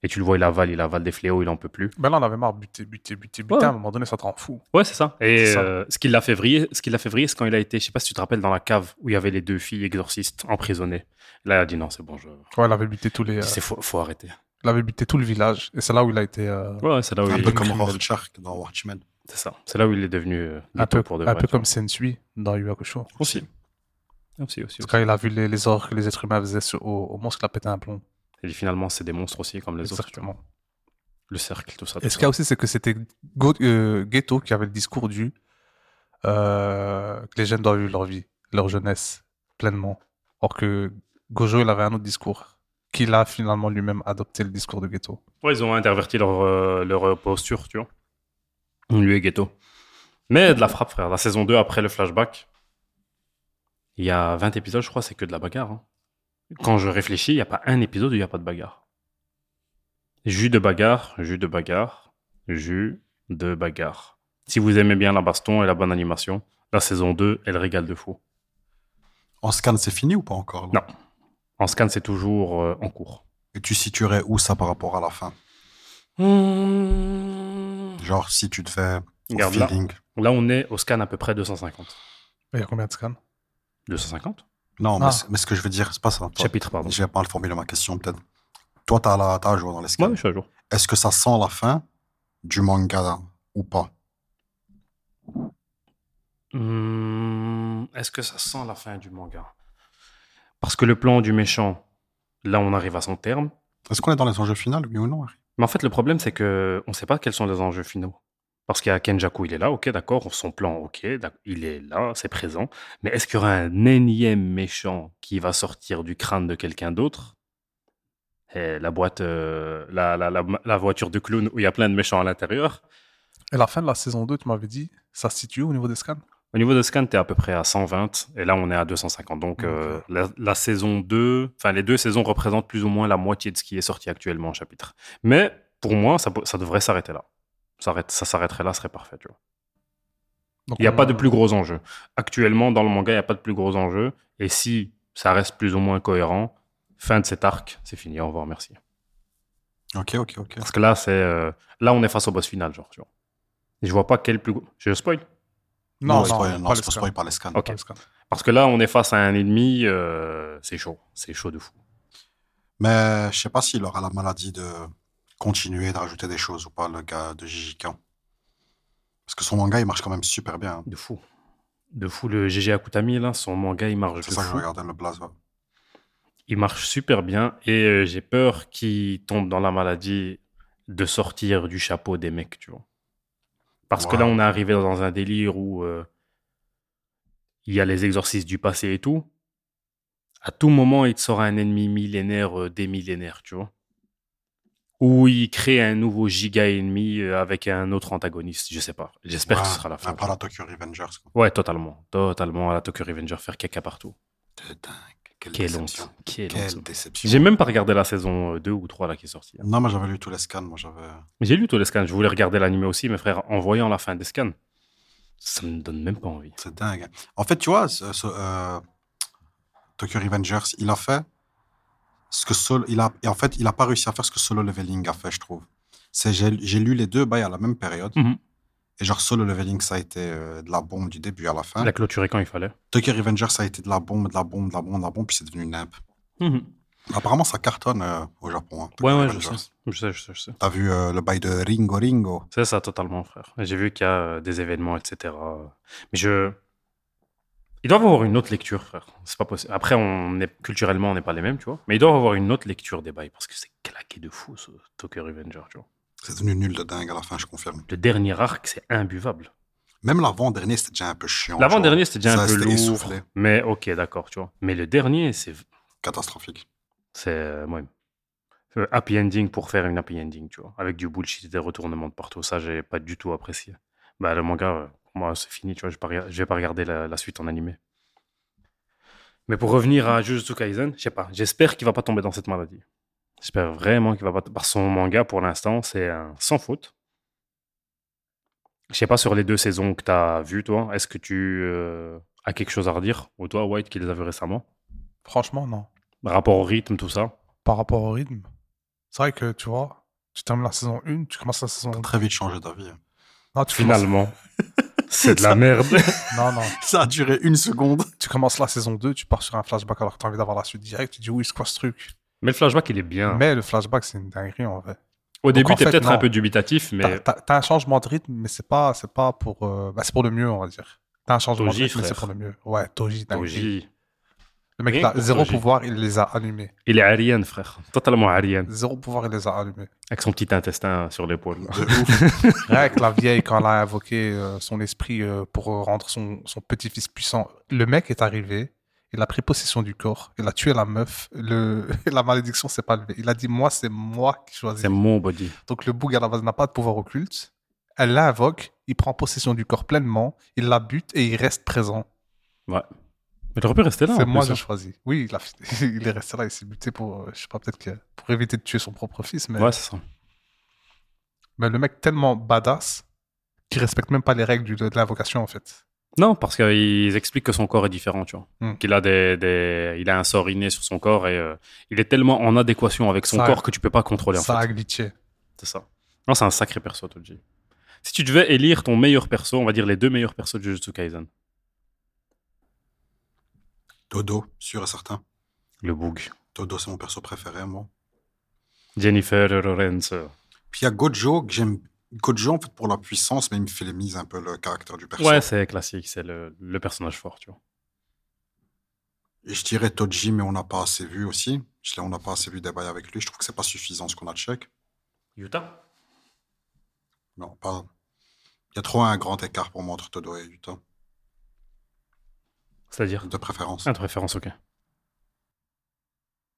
Et tu le vois, il avale, il avale des fléaux, il en peut plus.
Ben là, on avait marre de buter, buter, buter, buter.
Ouais.
À un moment donné, ça te rend fou.
Ouais, c'est ça. Et
C'est ça.
euh, ce qui l'a fait vriller, ce qui l'a fait vriller, c'est quand il a été, je sais pas si tu te rappelles, dans la cave où il y avait les deux filles exorcistes emprisonnées. Là, il a dit non, c'est bon, je...
Ouais, il avait buté tous les, euh,
c'est faut, faut arrêter.
il avait buté tout le village. Et c'est là où il a été euh,
Ouais, c'est là où
Un
il
peu comme Rorschach dans Watchmen.
C'est ça. C'est là où il est devenu euh,
un
ghetto
peu,
pour de
un
vrai,
peu
tu
comme Sensui dans Yu Yu Hakusho.
Aussi.
vois. Aussi, aussi,
C'est
aussi.
quand il a vu les, les orques que les êtres humains faisaient sur- au, au monstre, il a pété un plomb.
Et finalement, c'est des monstres aussi, comme les autres. tu vois.
Exactement.
Le cercle, tout ça.
Et
tout
ce
ça.
qu'il y a aussi, c'est que c'était Go- euh, Ghetto qui avait le discours du euh, que les jeunes doivent vivre leur vie, leur jeunesse, pleinement. Or que Gojo, il avait un autre discours, qu'il a finalement lui-même adopté le discours de Ghetto.
Ouais, ils ont interverti leur, euh, leur euh, posture, tu vois. Lui et Ghetto. Mais de la frappe, frère. La saison 2, après le flashback, il y a 20 épisodes, je crois, c'est que de la bagarre. hein. Quand je réfléchis, il n'y a pas un épisode où il n'y a pas de bagarre. Jus de bagarre, jus de bagarre, jus de bagarre. Si vous aimez bien la baston et la bonne animation, la saison 2, elle régale de fou.
En scan, c'est fini ou pas encore là
Non. En scan, c'est toujours euh, en cours.
Et tu situerais où ça par rapport à la fin Genre, si tu devais. Au
Regarde là.
feeling.
Là, on est au scan à peu près 250.
Il y a combien de scans
250
Non, mais,
Ah.
c'est- mais ce que je veux dire, c'est pas ça. Toi,
Chapitre, pardon.
J'ai mal formulé ma question, peut-être. Toi, t'as la t'as à jour dans les scans.
Moi, je suis à jour.
Est-ce que ça sent la fin du manga là, ou pas
Hum, Est-ce que ça sent la fin du manga Parce que le plan du méchant, là, on arrive à son terme.
Est-ce qu'on est dans les enjeux finales, oui ou non Harry
Mais en fait, le problème, c'est que on ne sait pas quels sont les enjeux finaux. Parce qu'il y a Kenjaku, il est là, ok, d'accord, son plan, ok, d'ac- il est là, c'est présent. Mais est-ce qu'il y aura un énième méchant qui va sortir du crâne de quelqu'un d'autre Eh, La boîte, euh, la, la- la- la voiture de clown où il y a plein de méchants à l'intérieur.
Et la fin de la saison 2, tu m'avais dit, ça se situe au niveau des scans
Au niveau de scan, tu es à peu près à 120 et là on est à 250. Donc euh, la, la saison 2, enfin les deux saisons représentent plus ou moins la moitié de ce qui est sorti actuellement en chapitre. Mais pour moi, ça, peut- ça devrait s'arrêter là. S'arrête- Ça s'arrêterait là, ce serait parfait. tu vois.
Donc,
Il n'y a
on-
pas de plus gros enjeux. Actuellement, dans le manga, il n'y a pas de plus gros enjeux. Et si ça reste plus ou moins cohérent, fin de cet arc, c'est fini, au revoir, merci.
Ok, ok, ok.
Parce que là, c'est euh, là on est face au boss final. Genre, tu vois. Et je vois pas quel plus gros. Je spoil
Non,
c'est
non,
pas,
pas
non,
les
c'est
scans.
pas spoil par les scans.
Ok.
Pas les scans.
Parce que là, on est face à un ennemi, euh, c'est chaud. C'est chaud de fou.
Mais je sais pas s'il aura la maladie de continuer, de rajouter des choses ou pas, le gars de JJK. Parce que son manga, il marche quand même super bien. hein.
De fou. De fou, le GG Akutami, là, son manga, il marche
C'est
de
ça que je
fou.
regardais, le blaze. ouais.
Il marche super bien et euh, j'ai peur qu'il tombe dans la maladie de sortir du chapeau des mecs, tu vois. Parce que
Ouais.
là, on est arrivé dans un délire où euh, il y a les exorcistes du passé et tout. À tout moment, il te sort un ennemi millénaire euh, des millénaires, tu vois. Ou il crée un nouveau giga ennemi euh, avec un autre antagoniste, je sais pas. J'espère que
Ouais,
ce sera la fin.
mais Pas la Tokyo Revengers. quoi.
Ouais, totalement. Totalement à la Tokyo Revenger, faire caca partout.
De dingue. Quelle,
Quelle honte.
déception.
Quelle
Quelle
honte.
déception.
J'ai même pas regardé la saison 2 ou 3 là qui est sortie. hein.
Non, moi j'avais lu tous les scans. Moi j'avais.
J'ai lu tous les scans, je voulais regarder l'anime aussi, mais frère, en voyant la fin des scans, ça me donne même pas envie.
C'est dingue. En fait, tu vois, ce, ce, euh, Tokyo Revengers, il a fait ce que Solo. Il a, et en fait, il a pas réussi à faire ce que Solo Leveling a fait, je trouve. C'est, j'ai, j'ai lu les deux bah, bails à la même période.
Mhm.
Et genre, Solo Leveling, ça a été euh, de la bombe du début à la fin.
Il a clôturé quand il fallait.
Tokyo Revengers, ça a été de la bombe, de la bombe, de la bombe, de la bombe, puis c'est devenu nimp. Apparemment, ça cartonne euh, au Japon. hein, Tokyo
Ouais, ouais, je
Revengers.
sais. Je sais, je sais, je sais.
T'as vu euh, le bail de Ringo Ringo
C'est ça, totalement, frère. J'ai vu qu'il y a euh, des événements, etc. Mais je. Il doit y avoir une autre lecture, frère. C'est pas possible. Après, on est... culturellement, on n'est pas les mêmes, tu vois. Mais il doit y avoir une autre lecture des bails, parce que c'est claqué de fou, ce Tokyo Revenger, tu vois.
C'est devenu nul de dingue à la fin, je confirme.
Le dernier arc, c'est imbuvable.
Même l'avant-dernier, c'était déjà un peu chiant.
L'avant-dernier, c'était déjà
Ça,
un peu
c'était
lourd.
essoufflé.
Mais ok, d'accord, tu vois. Mais le dernier, c'est.
genre, Catastrophique.
C'est. euh, ouais. Euh, happy ending pour faire une happy ending, tu vois. Avec du bullshit et des retournements de partout. Ça, j'ai pas du tout apprécié. Bah, le manga, euh, pour moi, c'est fini, tu vois. Je vais pas rega- je vais pas regarder la, la suite en animé. Mais pour revenir à Jujutsu Kaisen, je sais pas. J'espère qu'il va pas tomber dans cette maladie. J'espère vraiment qu'il va pas. Par son manga, pour l'instant, c'est un sans faute. Je sais pas, sur les deux saisons que tu as vues, toi, est-ce que tu euh, as quelque chose à redire ou toi, White, qui les a vues récemment
Franchement, non.
Rapport au rythme, tout ça
Par rapport au rythme, c'est vrai que tu vois, tu termines la saison 1, tu commences la saison 2.
Très vite changé d'avis. hein.
Non, tu commences-
Finalement, c'est de la
Ça-
merde.
Non, non.
Ça a duré une seconde.
Tu commences la saison 2, tu pars sur un flashback alors que t'as envie d'avoir la suite direct, tu dis oui, c'est quoi ce truc
Mais le flashback, il est bien.
Mais le flashback, c'est une dinguerie en vrai.
Au
Donc,
début,
en
t'es
fait,
peut-être un
non.
peu dubitatif, mais
T'as- T'as t'as un changement de rythme, mais c'est pas, c'est pas pour. euh, bah, c'est pour le mieux, on va dire. T'as un changement
Toji,
de rythme, mais c'est
frère.
pour le mieux. Ouais, Toji, dinguerie.
Toji.
Le mec,
Rien
il a
que pour
zéro
Toji.
pouvoir, il les a allumés.
Il est arien, frère. Totalement arien.
Zéro pouvoir, il les a allumés.
Avec son petit intestin sur l'épaule.
Rien que la vieille, quand elle a invoqué euh, son esprit euh, pour euh, rendre son, son petit-fils puissant, le mec est arrivé, il a pris possession du corps, il a tué la meuf, le... la malédiction s'est pas levée. Il a dit Moi, c'est moi qui choisis.
C'est mon body.
Donc le boug à la base n'a pas de pouvoir occulte. Elle l'invoque, il prend possession du corps pleinement, il la bute et il reste présent.
Mais t'aurais pu rester là. en
C'est moi
plus,
qui
hein.
choisis. Oui, il, a- il est resté là, il s'est buté pour, euh, je sais pas, peut-être que pour éviter de tuer son propre fils, mais,
Ouais, c'est ça.
mais le mec tellement badass qu'il respecte même pas les règles du- de l'invocation en fait.
Non, parce qu'ils expliquent que son corps est différent, tu vois.
Hmm.
Qu'il a des, des- il a un sort inné sur son corps et euh, il est tellement en adéquation avec son
Ça-
corps que tu peux pas contrôler. En
Ça a
fait.
glitché.
C'est ça. Non, c'est un sacré perso, Toji. Si tu devais élire ton meilleur perso, on va dire les deux meilleurs persos de Jujutsu Kaisen.
Dodo, sûr et certain.
Le Boog.
Dodo, c'est mon perso préféré, moi.
Jennifer Lawrence.
Puis il y a Gojo, que j'aime. Gojo, en fait, pour la puissance, mais il me fait les mises un peu le caractère du perso.
Ouais, c'est classique. C'est le, le personnage fort, tu vois.
Et je dirais Toji, mais on n'a pas assez vu aussi. Je l'ai- On n'a pas assez vu des bails avec lui. Je trouve que c'est pas suffisant ce qu'on a de check.
Yuta
Non, pas. Il y a trop un grand écart pour moi entre Todo et Yuta,
C'est-à-dire
de préférence.
Ah, de référence, ok.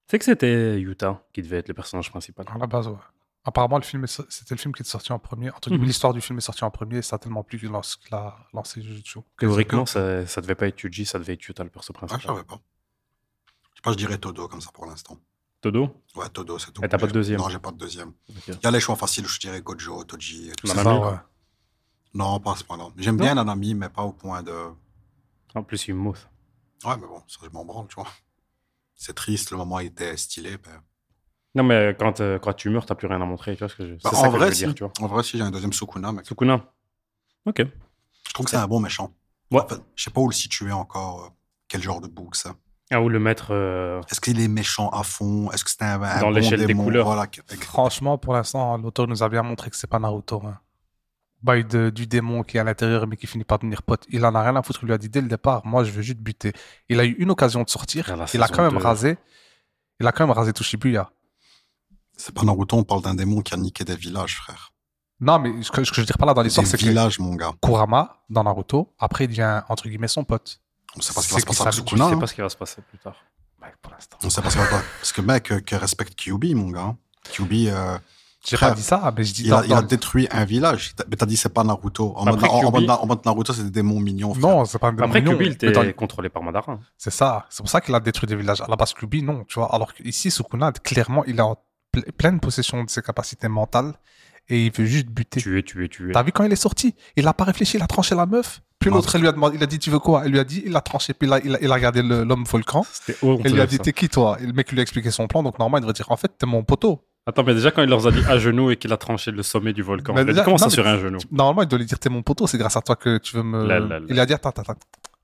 C'est que c'était Yuta qui devait être le personnage principal.
À la base, ouais. Apparemment, le film est so- c'était le film qui est sorti en premier. Entre
Mhm.
guillemets, l'histoire du film est sortie en premier. Ça a tellement plu qu'il lance- qu'il a lancé Jujutsu.
Théoriquement, ça, ça devait pas être Yuji, ça devait être Yuta, le perso
Ah,
principal.
je savais pas. Je sais pas, je dirais Todo comme ça pour l'instant.
Todo
Ouais, Todo, c'est tout.
Et t'as pas de deuxième
Non, j'ai pas de deuxième.
Ok.
Il y a les choix faciles, je dirais Gojo, Toji. et tout
C'est
ça.
Nanami.
ça, ouais.
Non, pas à ce point-là. J'aime
Non.
bien Nanami, mais pas au point de.
Ah, En plus, il mousse.
Ouais, mais bon, ça, je m'en branle, tu vois. C'est triste, le moment était stylé. mais-
Non, mais quand, euh, quand tu meurs, t'as plus rien à montrer, tu vois ce que je, c'est
Bah,
ça
en,
que je
vrai,
veux
si,
dire, tu vois.
en vrai, si j'ai un deuxième Sukuna, mec.
Sukuna. Ok.
Je trouve que c'est un bon méchant.
Ouais.
En fait, je sais pas où le situer encore. euh, Quel genre de bouc ça
Ah, ou le maître. euh,
Est-ce qu'il est méchant à fond Est-ce que c'est un, un
Dans
bon
l'échelle des
démon
couleurs.
Voilà, que- que-
Franchement, pour l'instant, l'auteur nous a bien montré que c'est pas Naruto. Hein. Bail de- du démon qui est à l'intérieur mais qui finit par devenir pote. Il en a rien à foutre. Il lui a dit dès le départ Moi, je veux juste buter. Il a eu une occasion de sortir.
Ah, la
Il a
saison
quand même
deux.
rasé. Il a quand même rasé tout Shibuya.
C'est pas Naruto, on parle d'un démon qui a niqué des villages, frère.
Non, mais ce que, ce que je veux dire par là dans
Des
l'histoire, c'est que
villages, mon gars.
Kurama, dans Naruto, après, il devient entre guillemets son pote.
On sait pas ce
C'est
qui va
qu'il
se passer avec
s'habitue,
je
Sukuna.
sais
hein.
pas ce qui va se passer plus tard.
Ouais, pour l'instant.
On sait pas ce qui va pas. Parce que, mec, euh, que respecte Kyubi, mon gars. Kyubi, euh,
J'ai
Frère,
pas dit ça, mais je dis
il,
dans-
a, il a
dans-
détruit un village. T'as- Mais t'as dit, c'est pas Naruto. En mode,
Après,
en- en
Kyubi-
mode- en mode Naruto, c'est des démons mignons. frère.
Non, c'est pas un démon
Après,
mignon,
Kubil,
mais
t'es
dans-
contrôlé par Madara. hein.
C'est ça. C'est pour ça qu'il a détruit des villages. À la base, Kubi, non, tu vois. Alors qu'ici, Sukuna, clairement, il est en ple- pleine possession de ses capacités mentales et il veut juste buter.
Tuer, tuer, tuer.
T'as vu quand il est sorti Il a pas réfléchi, il a tranché la meuf. Puis
Non,
l'autre, elle lui a demandé, il a dit, tu veux quoi Elle lui a dit, il a tranché. Puis là, il a, il a regardé le- l'homme volcan.
C'était horrible,
Elle lui a dit,
ça.
t'es qui toi Et le mec lui a expliqué son plan. Donc, normalement, il devrait dire, en fait, t'es mon poteau.
Attends, mais déjà, quand il leur a dit à genoux et qu'il a tranché le sommet du volcan,
Mais
il a dit,
déjà-
comment
non,
ça
mais
sur un
tu-
genou
tu- Normalement, il doit lui dire t'es mon poteau, c'est grâce à toi que tu veux me.
Là, là, là.
Il a dit attends, attends, attends.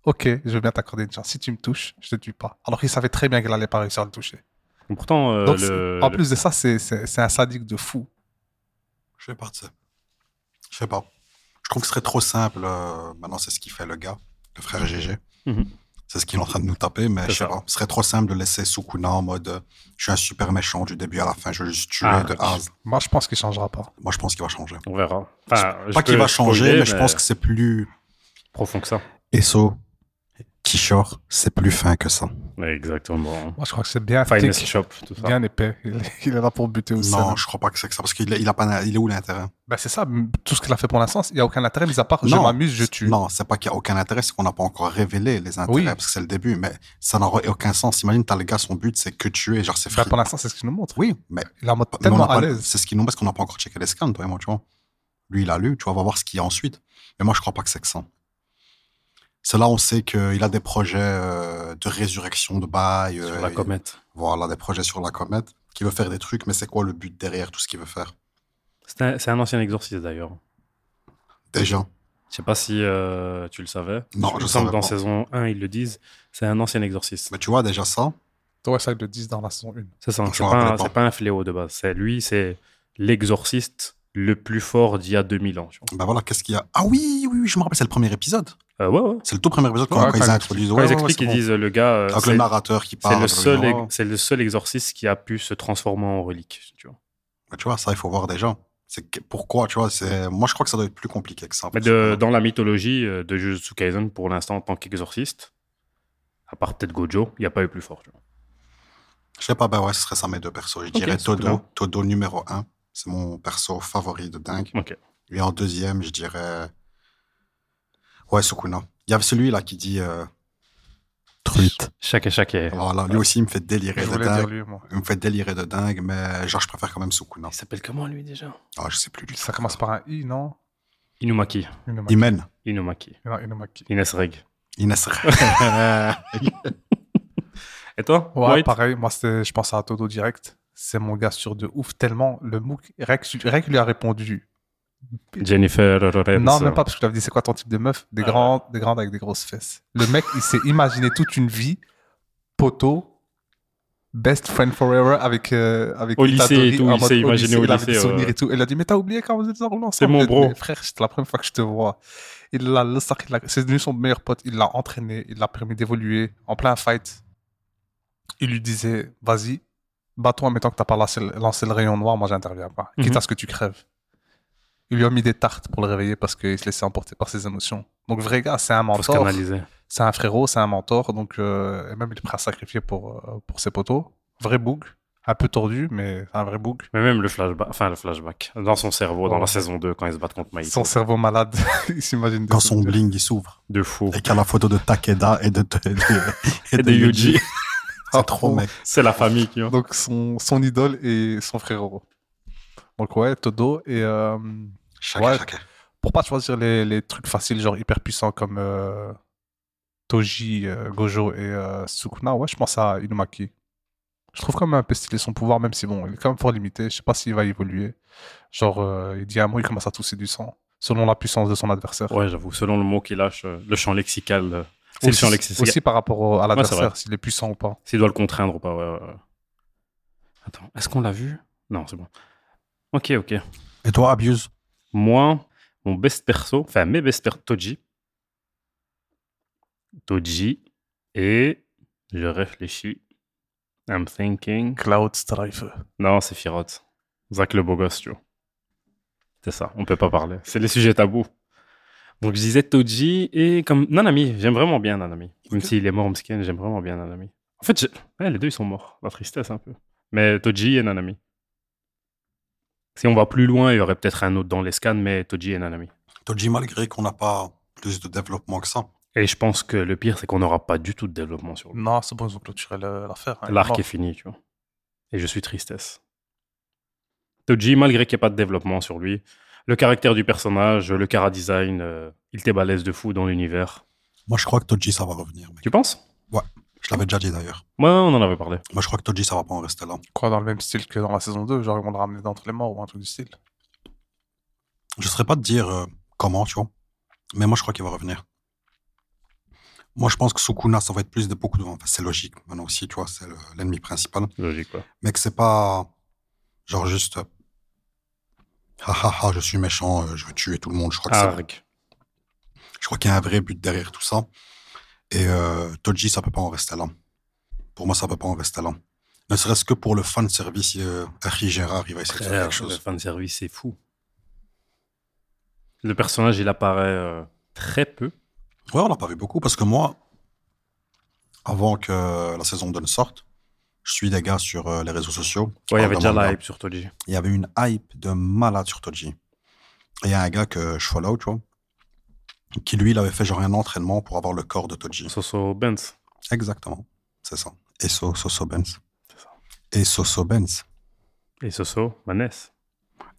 Ok, je veux bien t'accorder une chance. Si tu me touches, je te tue pas. Alors qu'il savait très bien qu'il allait pas réussir à le toucher.
Pourtant, euh,
Donc,
le-
en
le-
plus de ça, c'est- c'est c'est un sadique de fou.
Je sais pas de ça. Je sais pas. Je trouve que ce serait trop simple. euh, maintenant, c'est ce qu'il fait le gars, le frère GG.
Mhm.
C'est ce qu'il est en train de nous taper, mais
C'est
je sais
ça.
pas. Ce serait trop simple de laisser Sukuna en mode euh, je suis un super méchant du début à la fin, je veux juste tuer
Ah,
de
tu-
A à Z.
Moi, je pense qu'il changera pas.
Moi, je pense qu'il va changer.
on verra. Enfin, je
pas qu'il
peux
va changer,
spoiler,
mais je pense que c'est plus.
Profond que ça.
Esso, Kishore, c'est plus fin que ça.
Exactement.
Moi, je crois que c'est bien
Finest
thick,
Shop, tout ça.
bien épais. Il, est- il est là pour buter aussi.
Non, je crois pas que c'est que ça, parce qu'il a- il a pas, il est où l'intérêt
Bah, c'est ça. m- Tout ce qu'il a fait pour l'instant, il n'y a aucun intérêt, mis à part je
Non.
m'amuse, je tue.
Non, c'est pas qu'il n'y a aucun intérêt, c'est qu'on n'a pas encore révélé les intérêts,
Oui.
parce que c'est le début, mais ça n'aurait aucun sens. Imagine, t'as le gars, son but, c'est que tuer, genre c'est
Bah,
free.
pour l'instant, c'est ce qu'il nous montre.
Oui, mais
Il est en mode
Mais on
tellement
n'a
à
pas-
l'aise.
C'est ce qui nous parce qu'on n'a pas encore checké les scans, toi et moi, tu vois. Lui, il a lu, tu vois, on va voir ce qu'il y a ensuite. Mais moi, je crois pas que c'est que ça. C'est là on sait qu'il a des projets euh, de résurrection de bail.
sur
euh,
la
et-
comète.
Voilà, des projets sur la comète, qui veut faire des trucs, mais c'est quoi le but derrière tout ce qu'il veut faire
C'est un, c'est un ancien exorciste d'ailleurs.
Déjà.
Je sais pas si euh, tu le savais.
Non,
Il
je
me semble
savais
que dans
pas.
saison 1, ils le disent. C'est un ancien exorciste.
Mais tu vois, déjà ça,
Toi, ça le 10 dans la saison 1.
C'est ça.
Je
C'est
me
pas, un-
rappelais pas.
c'est pas un fléau de base. C'est lui, c'est l'exorciste le plus fort d'il y a 2000 ans. tu vois.
ben voilà, qu'est-ce qu'il y a Ah oui, oui, oui, je me rappelle, c'est le premier épisode.
Euh, ouais, ouais.
C'est le tout premier épisode quand,
Ouais,
quand
quand
ils
ils
introduisent.
Quand
ouais,
ils
ouais,
expliquent,
c'est
ils
bon.
disent euh, le gars, euh,
Avec
c'est
le narrateur qui parle.
c'est le, seul
genre,
ex- c'est le seul exorciste qui a pu se transformer en relique. Tu vois.
Mais tu vois, ça, il faut voir déjà. C'est que- pourquoi, tu vois. c'est- Moi, je crois que ça doit être plus compliqué que ça.
Mais de- dans la mythologie euh, de Jujutsu Kaisen, pour l'instant, en tant qu'exorciste, à part peut-être Gojo, il n'y a pas eu plus fort. tu vois.
Je sais pas, ben ouais, ce serait ça mes deux persos. Je dirais
c'est bien.
Todo, Todo numéro un. C'est mon perso favori de dingue.
Ok.
Et en deuxième, je dirais. Ouais, Sukuna. Il y avait celui-là qui dit. euh, Truite.
Chaque et chaque est.
Voilà, lui aussi, il me fait délirer
Je
de
voulais dire
dingue.
lui, moi.
Il me fait délirer de dingue, mais genre, je préfère quand même Sukuna.
Il s'appelle comment lui déjà
Ah, je sais plus lui.
Ça commence par un I, non
Inumaki.
Inumaki.
Imen.
Inumaki.
Non, Inumaki.
Ines Reg.
Ines.
Et toi
Ouais,
White
pareil, moi, c'était- je pense à Toto direct. C'est mon gars sûr de ouf, tellement le MOOC, rien que rien que lui a répondu.
Jennifer Lawrence.
Non, même pas, parce que je lui avais dit, c'est quoi ton type de meuf Des
Ah.
grandes, des grandes avec des grosses fesses. Le mec, il s'est imaginé toute une vie, poteau, best friend forever avec. euh, avec
Au
Itadori,
lycée et tout,
en
il
mode
s'est imaginé au
Il avait des
lycée,
souvenirs
ouais.
et tout. Elle a dit, mais t'as oublié quand vous êtes enroulés ensemble
C'est mon
Mais-
bro.
mais frère, c'est la première fois que je te vois. Il l'a le sac, il l'a- c'est devenu son meilleur pote. Il l'a entraîné, il l'a permis d'évoluer en plein fight. Il lui disait, vas-y, bats-toi, mettons que t'as pas lancé, le- lancé le rayon noir, moi j'interviens pas.
Mhm.
Quitte à ce que tu crèves. Ils lui ont mis des tartes pour le réveiller parce qu'il se laissait emporter par ses émotions. Donc, vrai gars, c'est un
Faut euh, se
mentor.
canaliser.
C'est un frérot, c'est un mentor. Donc, euh, et même, il est prêt à sacrifier pour, euh, pour ses poteaux. Vrai bug. Un peu tordu, mais un vrai bug.
Mais même le flashback, enfin le flashback, dans son cerveau, dans
Ouais.
la saison 2, quand ils se battent contre Maïto.
Son cerveau malade, il s'imagine des
Quand son
trucs.
bling, il s'ouvre.
De fou.
Et qu'il y a la photo de Takeda et de, de- de-
Et de Yuji.
C'est trop, mec.
C'est la famille qui.
Donc, son, son idole et son frérot. Donc, ouais, Todo. Et euh,
Chacun,
Ouais.
chacun.
pour pas choisir les, les trucs faciles, genre hyper puissants comme euh, Toji, euh, Gojo et euh, Sukuna, ouais, je pense à Inumaki. Je trouve quand même un peu stylé son pouvoir, même si bon, il est quand même fort limité. Je sais pas s'il va évoluer. Genre, euh, il dit un mot, il commence à tousser du sang, selon la puissance de son adversaire.
Ouais, j'avoue. Selon le mot qu'il lâche, euh, le champ lexical, euh, c'est le
aussi,
champ lexical.
aussi par rapport au- à
c'est
l'adversaire,
vrai.
s'il est puissant ou pas.
S'il doit le contraindre ou pas. ouais, ouais, ouais. Attends, est-ce qu'on l'a vu Non, c'est bon. Ok, ok.
Et toi, Abuse
Moi, mon best perso, enfin mes best perso, Toji. Toji. Et je réfléchis. I'm thinking.
Cloud Strife.
Non, c'est Firotte. Zach le beau gosse, tu vois. C'est ça, on peut pas parler. C'est les sujets tabous. Donc je disais Toji et comme Nanami, j'aime vraiment bien Nanami. Même s'il est mort, Msken, j'aime vraiment bien Nanami. En fait, j'ai- ouais, les deux ils sont morts, la tristesse un peu. Mais Toji et Nanami. Si on va plus loin, il y aurait peut-être un autre dans les scans, mais Toji et Nanami.
Toji, malgré qu'on n'a pas plus de développement que ça.
Et je pense que le pire, c'est qu'on n'aura pas du tout de développement sur lui.
Non, c'est bon, ils ont clôturé le- l'affaire. hein.
L'arc
Bon.
est fini, tu vois. Et je suis tristesse. Toji, malgré qu'il n'y ait pas de développement sur lui, le caractère du personnage, le chara-design, euh, il t'est balèze de fou dans l'univers.
Moi, je crois que Toji, ça va revenir. mec.
Tu penses
Je l'avais déjà dit d'ailleurs.
Ouais, on en avait parlé.
Moi, je crois que Toji, ça va pas en rester là.
Quoi, dans le même style que dans la saison 2, genre ils vont le ramener d'entre les morts ou un truc du style.
Je ne saurais pas te dire euh, comment, tu vois. Mais moi, je crois qu'il va revenir. Moi, je pense que Sukuna, ça va être plus de beaucoup de vent. Enfin, c'est logique. Maintenant aussi, tu vois, c'est le- l'ennemi principal.
Logique, quoi.
Mais que c'est pas genre juste. euh, Ah ah ah, je suis méchant, euh, je veux tuer tout le monde. Je crois que c'est-
Arg.
Je crois qu'il y a un vrai but derrière tout ça. Et euh, Toji, ça peut pas en rester là. Pour moi, ça peut pas en rester là. Ne serait-ce que pour le fan service, euh, Harry Gérard, il va essayer de faire
Frère,
quelque
le
chose.
fan service, c'est fou. Le personnage, il apparaît euh, très peu.
Ouais, on en a pas vu beaucoup parce que moi, avant que euh, la saison 2 ne sorte, je suis des gars sur euh, les réseaux sociaux. qui
Ouais, il y
parlent
avait
de
déjà
manga.
la hype sur Toji.
Il y avait une hype de malade sur Toji. Et il y a un gars que je follow, tu vois, qui lui, il avait fait genre un entraînement pour avoir le corps de Toji.
Soso Benz.
Exactement, c'est ça. Et so, Soso Benz.
C'est ça.
Et Soso Benz.
Et Soso Manes.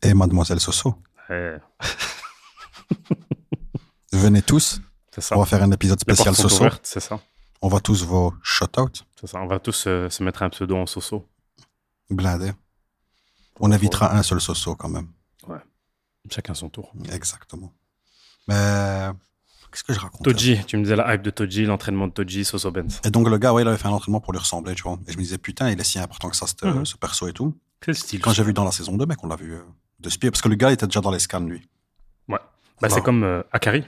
Et Mademoiselle Soso.
Eh,
Venez tous,
c'est ça.
on va faire un épisode
Les
spécial
portes sont
Soso.
ouvertes, C'est ça.
On va tous vos shout-out,
c'est ça. On va tous euh, se mettre un pseudo en soso.
blindés. On évitera un seul Soso quand même.
Chacun son tour.
Exactement. Mais qu'est-ce que je raconte
Toji, tu me disais la hype de Toji, l'entraînement de Toji, Soso Benz.
Et donc le gars, ouais, il avait fait un entraînement pour lui ressembler, tu vois. Et je me disais, putain, il est si important que ça, ce,
Mhm.
ce perso et tout.
Quel style
Quand j'ai vu dans la saison 2, mec, on l'a vu euh, de ce pied, parce que le gars était déjà dans les scans, lui.
Ouais. Bah,
Bah.
C'est comme euh, Akari.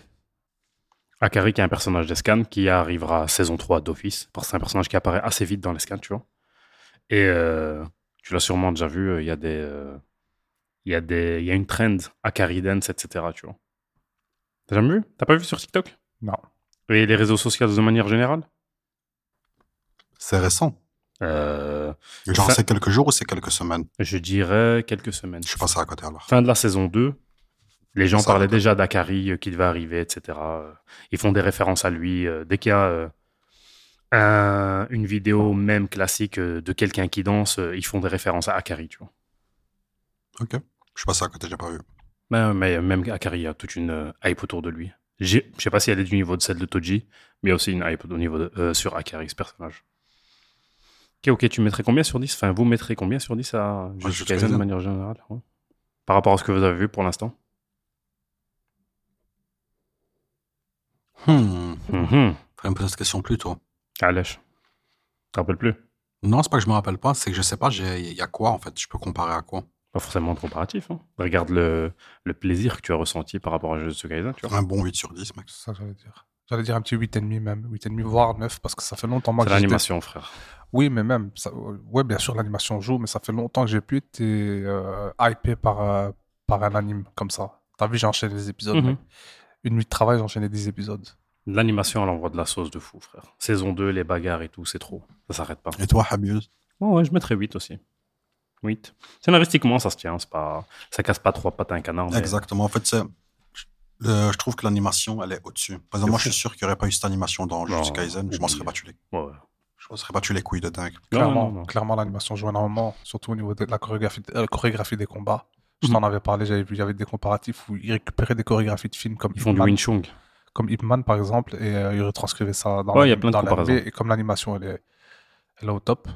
Akari, qui est un personnage d'Escan, qui arrivera saison 3 d'office, parce que c'est un personnage qui apparaît assez vite dans l'Escan, tu vois. Et euh, tu l'as sûrement déjà vu, euh, il y a des. euh, Il y, a des- il y a une trend Akari Dance, etc. Tu vois. T'as jamais vu T'as pas vu sur TikTok
Non.
Et les réseaux sociaux de manière générale
C'est récent.
Euh,
Genre,
Ça-
c'est quelques jours ou c'est quelques semaines
Je dirais quelques semaines.
Je suis passé à côté alors.
fin de la saison 2, les gens
Ça
parlaient
va.
déjà d'Akari euh, qui devait arriver, etc. Euh, Ils font des références à lui. euh, Dès qu'il y a euh, un- une vidéo même classique euh, de quelqu'un qui danse, euh, ils font des références à Akari, tu vois.
Ok. Je suis passé à côté, j'ai pas vu.
Mais, mais même Akari a toute une euh, hype autour de lui. J'ai- Je sais pas si elle est du niveau de celle de Toji, mais il y a aussi une hype au niveau de- euh, sur Akari, ce personnage. Ok, ok, tu mettrais combien sur 10 Enfin, vous mettrez combien sur 10 à
je
Jujutsu
suis
Kaisen de
Kaisen.
manière générale ouais. Par rapport à ce que vous avez vu pour l'instant
Hmm.
Mhm.
Faudrait me poser cette question plus tôt.
Alèche. Ah, T'en rappelles plus
Non, c'est pas que je me rappelle pas, c'est que je sais pas, il y a quoi en fait Je peux comparer à quoi
Pas forcément de comparatif. hein. Regarde le, le plaisir que tu as ressenti par rapport à Jujutsu Kaisen, tu vois.
Un bon 8 sur 10, mec.
C'est ça que j'allais dire. J'allais dire un petit 8,5 même. 8,5 voire 9 parce que ça fait longtemps moi,
C'est
que j'étais-
l'animation, frère.
Oui, mais même. Ça... Ouais, bien sûr, l'animation joue, mais ça fait longtemps que j'ai plus été euh, hypé par, euh, par un anime comme ça. T'as vu, j'enchaîne les épisodes.
Mhm.
mec. Une nuit de travail, j'enchaînais des épisodes.
L'animation, elle envoie de la sauce de fou, frère. Saison 2, les bagarres et tout, c'est trop. Ça s'arrête pas.
Et toi, Habius
Bon, ouais, je mettrais 8 aussi. 8. Scénaristiquement, ça se tient. C'est pas... Ça casse pas trois pattes à un canard. Mais...
Exactement. En fait, c'est- le- je trouve que l'animation, elle est au-dessus. Par exemple, moi, je suis sûr qu'il n'y aurait pas eu cette animation dans Jujutsu
Non,
Kaisen. Je m'en serais
oublie.
battu les,
Ouais, ouais.
je m'en serais battu les couilles de dingue.
Non,
Clairement,
non, non.
clairement l'animation joue énormément, surtout au niveau de la chorégraphie, euh, la chorégraphie des combats. Je
Mhm.
t'en avais parlé, j'avais vu, il y avait des comparatifs où ils récupéraient des chorégraphies de films comme
Ils font
Ip
du
Man-
Wing Chun.
comme Ip Man, par exemple, et euh, ils retranscrivaient ça dans
Ouais, il y a
l'anime-
plein de
dans l'anime,
comparaisons.
Et comme l'animation, elle est, elle est au top,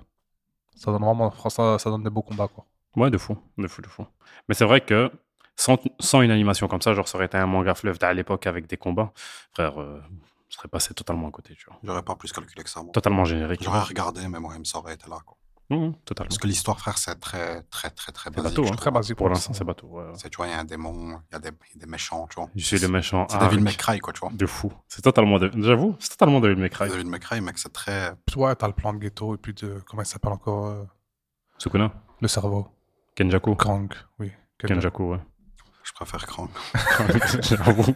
ça donne vraiment, ça, ça donne des beaux combats, quoi.
Ouais, de fou, de fou, de fou. Mais c'est vrai que sans, sans une animation comme ça, genre ça aurait été un manga fleuve à l'époque avec des combats, frère, euh, je serais passé totalement à côté, tu vois.
J'aurais pas plus calculé que ça. moi.
Totalement générique.
J'aurais regardé, mais moi, il me serait été là. Quoi.
Mhm, totalement.
Parce que l'histoire, frère, c'est très, très, très, très basique.
bateau,
je
hein.
trouve.
Très basique
Pour l'instant, c'est bateau. ouais, ouais.
C'est, tu vois, il y a un démon, il y a des, des méchants, tu vois.
Je suis le méchant.
C'est
Arc
David McRae, quoi, tu vois.
De fou. C'est totalement. de- J'avoue, c'est totalement David McRae.
David McRae, mec, c'est très.
Toi, t'as le plan de ghetto et puis de, comment il s'appelle encore euh,
Sukuna.
Le cerveau.
Kenjaku.
Krang, oui.
Kenjaku, ouais.
Je préfère Krang.
J'avoue.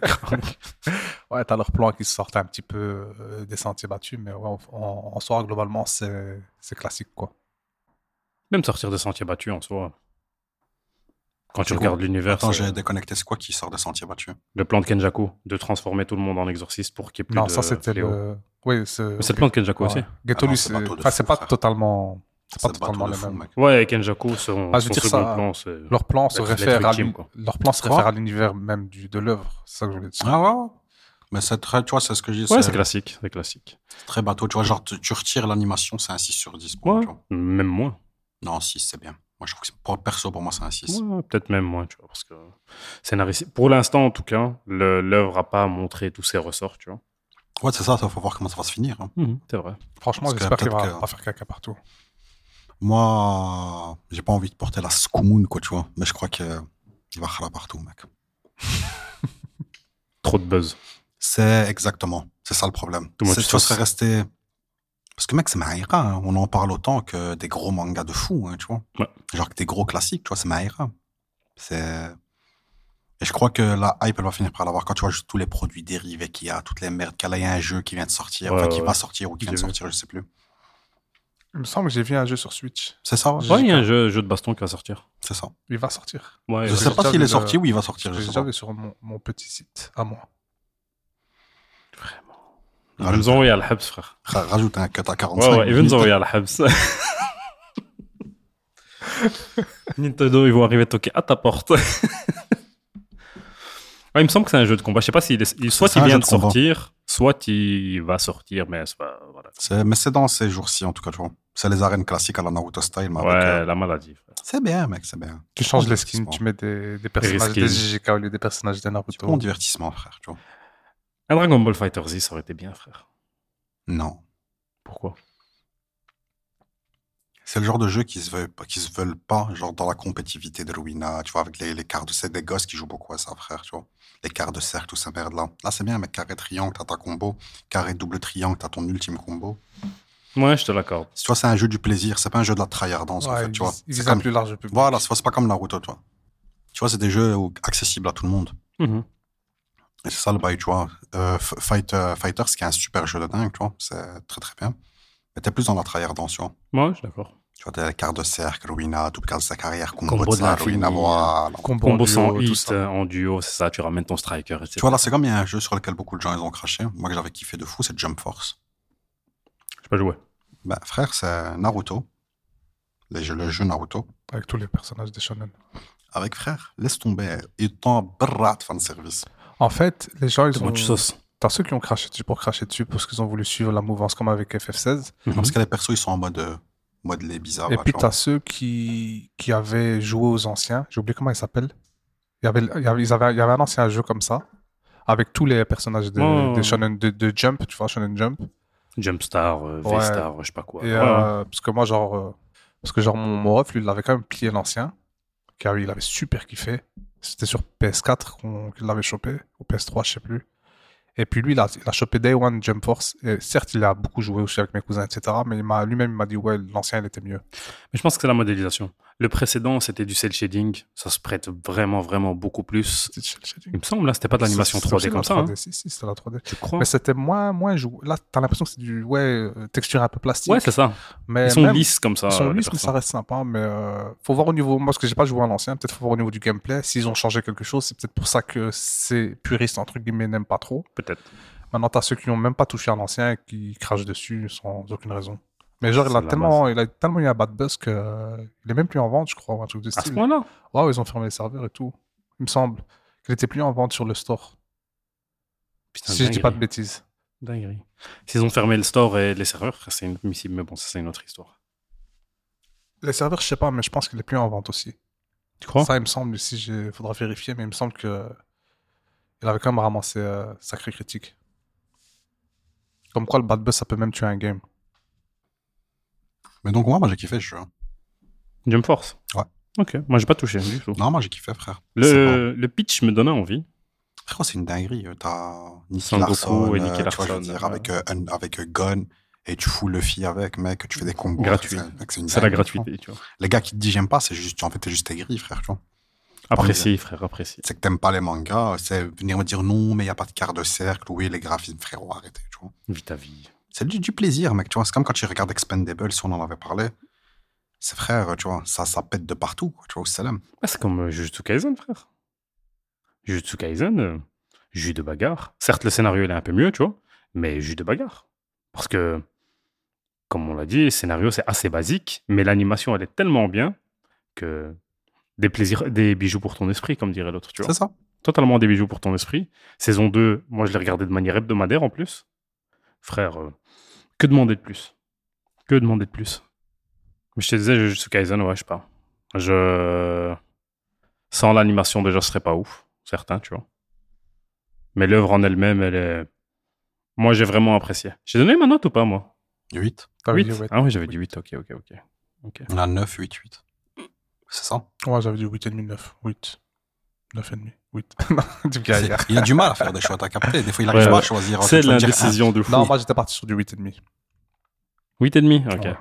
Ouais, t'as leur plan qui se sortait un petit peu euh, des sentiers battus, mais ouais, en, en- en soi, globalement, c'est c'est classique, quoi.
Même sortir des sentiers battus en soi. Quand tu
C'est
regardes l'univers,
Attends,
c'est-
j'ai déconnecté. C'est quoi qui sort des sentiers battus
le plan de Kenjaku, de transformer tout le monde en exorciste pour qu'il n'y ait plus
Non,
de
ça, c'était
fléau.
le... Oui, c'est...
Mais C'est le plan de Kenjaku
Ouais.
aussi.
Ghetto,
Ah non,
lui,
c'est
c'est
bateau de
enfin, c'est
fou,
pas
frère.
totalement... c'est pas
C'est bateau
totalement
de
le
fou,
même.
mec.
Ouais, et Kenjaku, son,
Ah, je veux
son
dire,
second
ça-
plan, c'est.
Leur plan se
L'être
réfère à
ultime,
l'u-
quoi.
leur plan se
Quoi
réfère à l'univers même du, de l'œuvre. C'est ça que je voulais dire.
Ah ouais, ouais. Mais c'est très, tu vois, c'est ce que je dis.
Ouais, c'est
c'est
classique, c'est classique.
très bateau. Tu vois, genre, tu, tu retires l'animation, c'est un 6 sur 10. Pour moi,
Ouais,
tu vois.
même moins.
Non, 6, c'est bien. Moi, je trouve que c'est- pour perso, pour moi, c'est un 6.
Ouais, peut-être même moins, tu vois, parce que scénariste. Pour l'instant, en tout cas, le- l'œuvre a pas montré tous ses ressorts, tu vois.
Ouais, c'est ça, ça faut voir comment ça va se finir. hein.
C'est vrai.
Franchement,
Parce que
j'espère qu'il
peut-être
va
que-
pas faire caca partout.
Moi, j'ai pas envie de porter la skoumoun, quoi, tu vois. Mais je crois que il va khala partout, mec.
Trop de buzz.
C'est exactement. C'est ça le problème.
Too much
C'est- Tu vois,
sauce.
serait resté. Parce que, mec, c'est Maïra. hein. On en parle autant que des gros mangas de fou, hein, tu vois.
Ouais.
Genre que des gros classiques, tu vois, c'est Maïra. C'est. Et je crois que la hype, elle va finir par l'avoir. Quand tu vois juste tous les produits dérivés qu'il y a, toutes les merdes qu'il y a, il y a un jeu qui vient de sortir,
Ouais,
enfin, qui
ouais.
va sortir ou qui vient de
J'ai vu.
sortir, je sais plus.
Il me semble que j'ai vu un jeu sur Switch.
C'est ça, ouais.
Ouais, il y a un jeu, jeu de baston qui va sortir.
C'est ça.
Il va sortir.
Ouais, ouais.
Je sais
j'ai
pas
déjà
s'il
vu
est
le-
sorti ou il va
J'ai
sortir, je sais
déjà
pas.
vu sur mon, mon petit site à moi.
Vraiment. Ils veulent
Rajoute,
nous envoyer à l'Habs, frère.
ra- rajoute un cut à 45.
Ouais, ouais, ils veulent
minutes.
nous envoyer à l'Habs. Nintendo, ils vont arriver toquer à ta porte. Ouais, il me semble que c'est un jeu de combat. Je sais pas s'il est- il- soit
C'est
il
un
vient
jeu
de
de combat.
sortir, soit il va sortir, mais c'est pas. Voilà.
C'est- Mais c'est dans ces jours-ci, en tout cas, tu vois. C'est les arènes classiques à la Naruto style. mais avec, euh,
Ouais, la maladie. frère.
C'est bien, mec, c'est bien.
Tu changes
Bon
les skins, tu
divertissement.
mets des, des personnages
skins.
des JJK au lieu des personnages de
C'est bon
Naruto.
divertissement, frère, tu vois.
Un Dragon Ball Fighter Z, ça aurait été bien, frère.
Non.
Pourquoi
C'est le genre de jeu qui se veulent, qui se veulent pas, genre dans la compétitivité de Ruina, tu vois, avec les, les cartes de c'est des gosses qui jouent beaucoup à ça, frère, tu vois. Les cartes de cercle, tout ça, merde là. Là, c'est bien, mec, carré triangle, t'as ta combo. Carré double triangle, t'as ton ultime combo.
Ouais, je te l'accorde.
Tu vois, c'est un jeu du plaisir, c'est pas un jeu de la tryhardance, en
Ouais,
fait, tu vois.
Il
C'est
vise un
comme-
plus large public.
Voilà, c'est pas comme Naruto, tu vois. Tu vois, c'est des jeux où- accessibles à tout le monde.
Mhm.
Et c'est ça le bail, tu vois. Euh, F- Fighter, Fighter, c'est un super jeu de dingue, tu vois. C'est très très bien. Mais t'es plus dans la tryhardance, tu vois.
Ouais, je suis d'accord.
Tu vois, t'as les cartes de cercle, Ruina, tout le de sa carrière, combo,
Combo
de
de
ça,
l'infini.
Ruina, voilà.
Combo,
Combo
en duo,
sans
tout
hit,
ça.
euh, en duo, c'est ça, tu ramènes ton striker, etc.
Tu vois, là, c'est comme il y a un jeu sur lequel beaucoup de gens ils ont craché. Moi, que j'avais kiffé de fou, c'est Jump Force.
J'ai pas joué.
Ben, frère, c'est Naruto. Les jeux- le jeu Naruto.
Avec tous les personnages des shonen.
Avec frère, laisse tomber. Il t'en berrate, fan service.
En fait, les gens, ils
Comment
ont.
tu sauces
T'as ceux qui ont craché dessus pour cracher dessus parce qu'ils ont voulu suivre la mouvance comme avec FF16.
Mhm.
Parce que les persos, ils sont en mode, euh, mode les bizarres.
Et
là,
puis,
tu
t'as
vois.
ceux qui, qui avaient joué aux anciens. J'ai oublié comment ils s'appellent. Il y avait, il y avait- ils avaient- il y avait un ancien jeu comme ça, avec tous les personnages de,
Ouais, ouais,
de
ouais.
Shonen, de, de Jump, tu vois, Shonen Jump.
Jumpstar, euh,
Ouais.
V-Star, je sais pas quoi.
Et,
Ouais, ouais.
euh, parce que moi, genre, euh, parce que genre, mon, mon ref, lui, il avait quand même plié l'ancien, car il avait super kiffé. C'était sur PS4 qu'on qu'il l'avait chopé, ou PS3, je sais plus. Et puis lui, il a, il a chopé Day One Jump Force. Et certes, il a beaucoup joué aussi avec mes cousins, etc. Mais il m'a- lui-même, il m'a dit, ouais, l'ancien, il était mieux.
Mais je pense que c'est la modélisation. Le précédent, c'était du cel shading. Ça se prête vraiment, vraiment beaucoup plus.
C'était chez- chez lui.
Il me semble, là, c'était pas de l'animation
C'est- c'est
3D
aussi
comme
la
ça. hein.
3D. Si, si, c'était la 3D.
Je crois.
Mais c'était moins, moins joué. Là, t'as l'impression que c'est du, ouais, euh, texture un peu plastique.
Ouais, c'est ça.
mais
Ils sont
même-
lisses comme ça. euh,
Ils sont
les
lisses, mais ça
personnes.
reste sympa. Mais euh, faut voir au niveau. Moi, parce que j'ai pas joué à l'ancien, peut-être faut voir au niveau du gameplay. S'ils ont changé quelque chose, c'est peut-être pour ça que ces puristes, entre guillemets, n'aiment pas trop.
Peut-être.
Maintenant, t'as ceux qui n'ont même pas touché à l'ancien et qui crachent dessus sans aucune raison. Mais genre, il
C'est
a,
la
tellement, il a tellement eu un bad buzz que euh, il est même plus en vente, je crois, ou un truc de
À ce
style.
point-là.
Waouh, ils ont fermé les serveurs et tout. Il me semble qu'il était plus en vente sur le store.
Putain,
si je dis pas de
dinguerie.
bêtises.
Dinguerie. S'ils ont fermé le store et les serveurs, frère, c'est inadmissible. Mais bon, ça, c'est une autre histoire.
Les serveurs, je sais pas, mais je pense qu'il est plus en vente aussi.
Tu crois
Ça, il me semble, si j'ai- faudra vérifier, mais il me semble que il avait quand même ramassé euh, sacré critique. Comme quoi, le bad buzz, ça peut même tuer un game.
Mais donc, moi, moi j'ai kiffé ce jeu.
Jump Force
Ouais.
Ok. Moi, j'ai pas touché du tout.
Non, moi, j'ai kiffé, frère. C'est pas-
Le, le pitch me donnait envie.
Frérot, c'est une dinguerie. euh, T'as Nicky
Son Goku
Larson,
et Nicky
euh, tu vois, je veux
Larson,
dire,
ouais.
avec, euh, un- avec euh, Gun, et tu fous Luffy avec, mec, tu fais des combos.
Gratuit.
frère, mec, une
C'est la
dinguerie, tu vois.
gratuité, tu vois.
Les gars qui te disent j'aime pas, c'est juste, en fait, t'es juste aigri, frère, tu vois.
Apprécie, frère, apprécie.
C'est que t'aimes pas les mangas, c'est venir me dire non, mais y a pas de carte de cercle, oui, les graphismes, frérot, arrêtez, tu vois.
Vite ta vie.
C'est du, du plaisir, mec, tu vois. C'est comme quand tu regardes Expendables, si on en avait parlé. C'est frère, tu vois, ça, ça pète de partout, quoi, tu vois, au salam.
Ah, c'est comme euh, Jujutsu Kaisen, frère. Jujutsu Kaisen, euh, jus de bagarre. Certes, le scénario il est un peu mieux, tu vois, mais jus de bagarre. Parce que, comme on l'a dit, le scénario c'est assez basique, mais l'animation elle est tellement bien que des plaisirs, des bijoux pour ton esprit, comme dirait l'autre, tu vois.
C'est ça.
Totalement des bijoux pour ton esprit. Saison 2, moi je l'ai regardé de manière hebdomadaire en plus. Frère, euh, que demander de plus Que demander de plus Mais je te disais, Jujutsu Kaisen, ouais, je sais pas. Je. Sans l'animation, déjà, ce serait pas ouf, certain, tu vois. Mais l'œuvre en elle-même, elle est. Moi, j'ai vraiment apprécié. J'ai donné ma note ou pas, moi
8.
T'avais
Huit
dit 8.
Ah oui, j'avais dit 8, ok, ok, ok. Ok.
On a 9, 8, 8. C'est ça.
Ouais, j'avais dit 8,5, 9. 8. 9,5. 8. Non, du galère.
Il a du mal à faire des choix, t'as capté. Des fois, il arrive
Ouais,
Ah, pas à
ouais.
choisir.
C'est
Tu vas dire,
l'indécision de fou.
Non, moi, j'étais parti sur du 8,5.
8,5 Ok.
Ouais.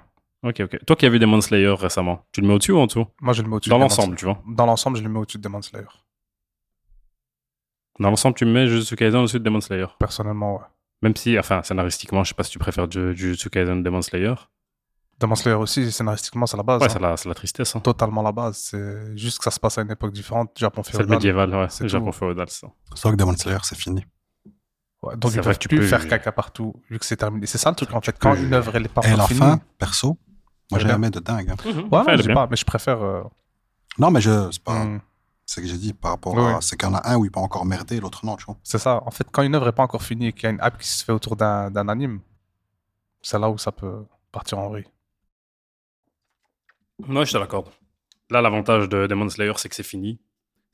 Ok, ok. Toi qui as vu Demon Slayer récemment, tu le mets au-dessus ou en dessous
Moi, je le mets au-dessus.
Dans
de Demon
l'ensemble, tu vois.
Slayer. Dans l'ensemble, je le mets au-dessus de Demon Slayer.
Dans l'ensemble, tu mets Jujutsu Kaisen au-dessus de Demon Slayer.
Personnellement, ouais.
Même si, enfin, scénaristiquement, je sais pas si tu préfères Ju- Jujutsu Kaisen ou Demon Slayer.
Demon Slayer aussi, scénaristiquement, c'est la base.
Ouais,
hein.
c'est la, c'est la tristesse. hein.
Totalement la base. C'est juste que ça se passe à une époque différente. Japon
C'est le
féodal.
médiéval, ouais.
C'est
C'est Japon
tout.
féodal, ça.
Sauf ah, que Demon Slayer, c'est fini.
Ouais, donc
C'est
ils
vrai
peuvent
que tu
plus
peux-
faire caca partout vu que c'est terminé. C'est ça le truc en fait. Quand
peux-
une œuvre elle est pas
Ah,
Et la
finie,
fin, perso, moi
Elle est
j'ai
bien.
Mhm.
aimé de dingue. hein.
ouais,
Enfin,
non,
elle est
j'ai
bien.
pas, mais je préfère. euh,
Mm.
Non, mais je. C'est pas.
hmm,
C'est ce que j'ai dit par rapport
Oui,
à.
oui.
C'est qu'il y en a un où il peut encore merder, l'autre non, tu vois.
C'est ça. En fait, quand une œuvre n'est pas encore finie et qu'il y a une app qui se fait autour d'un d'un anime, c'est là où ça peut partir en vrille.
Moi, je te l'accorde. Là, l'avantage de Demon Slayer, c'est que c'est fini.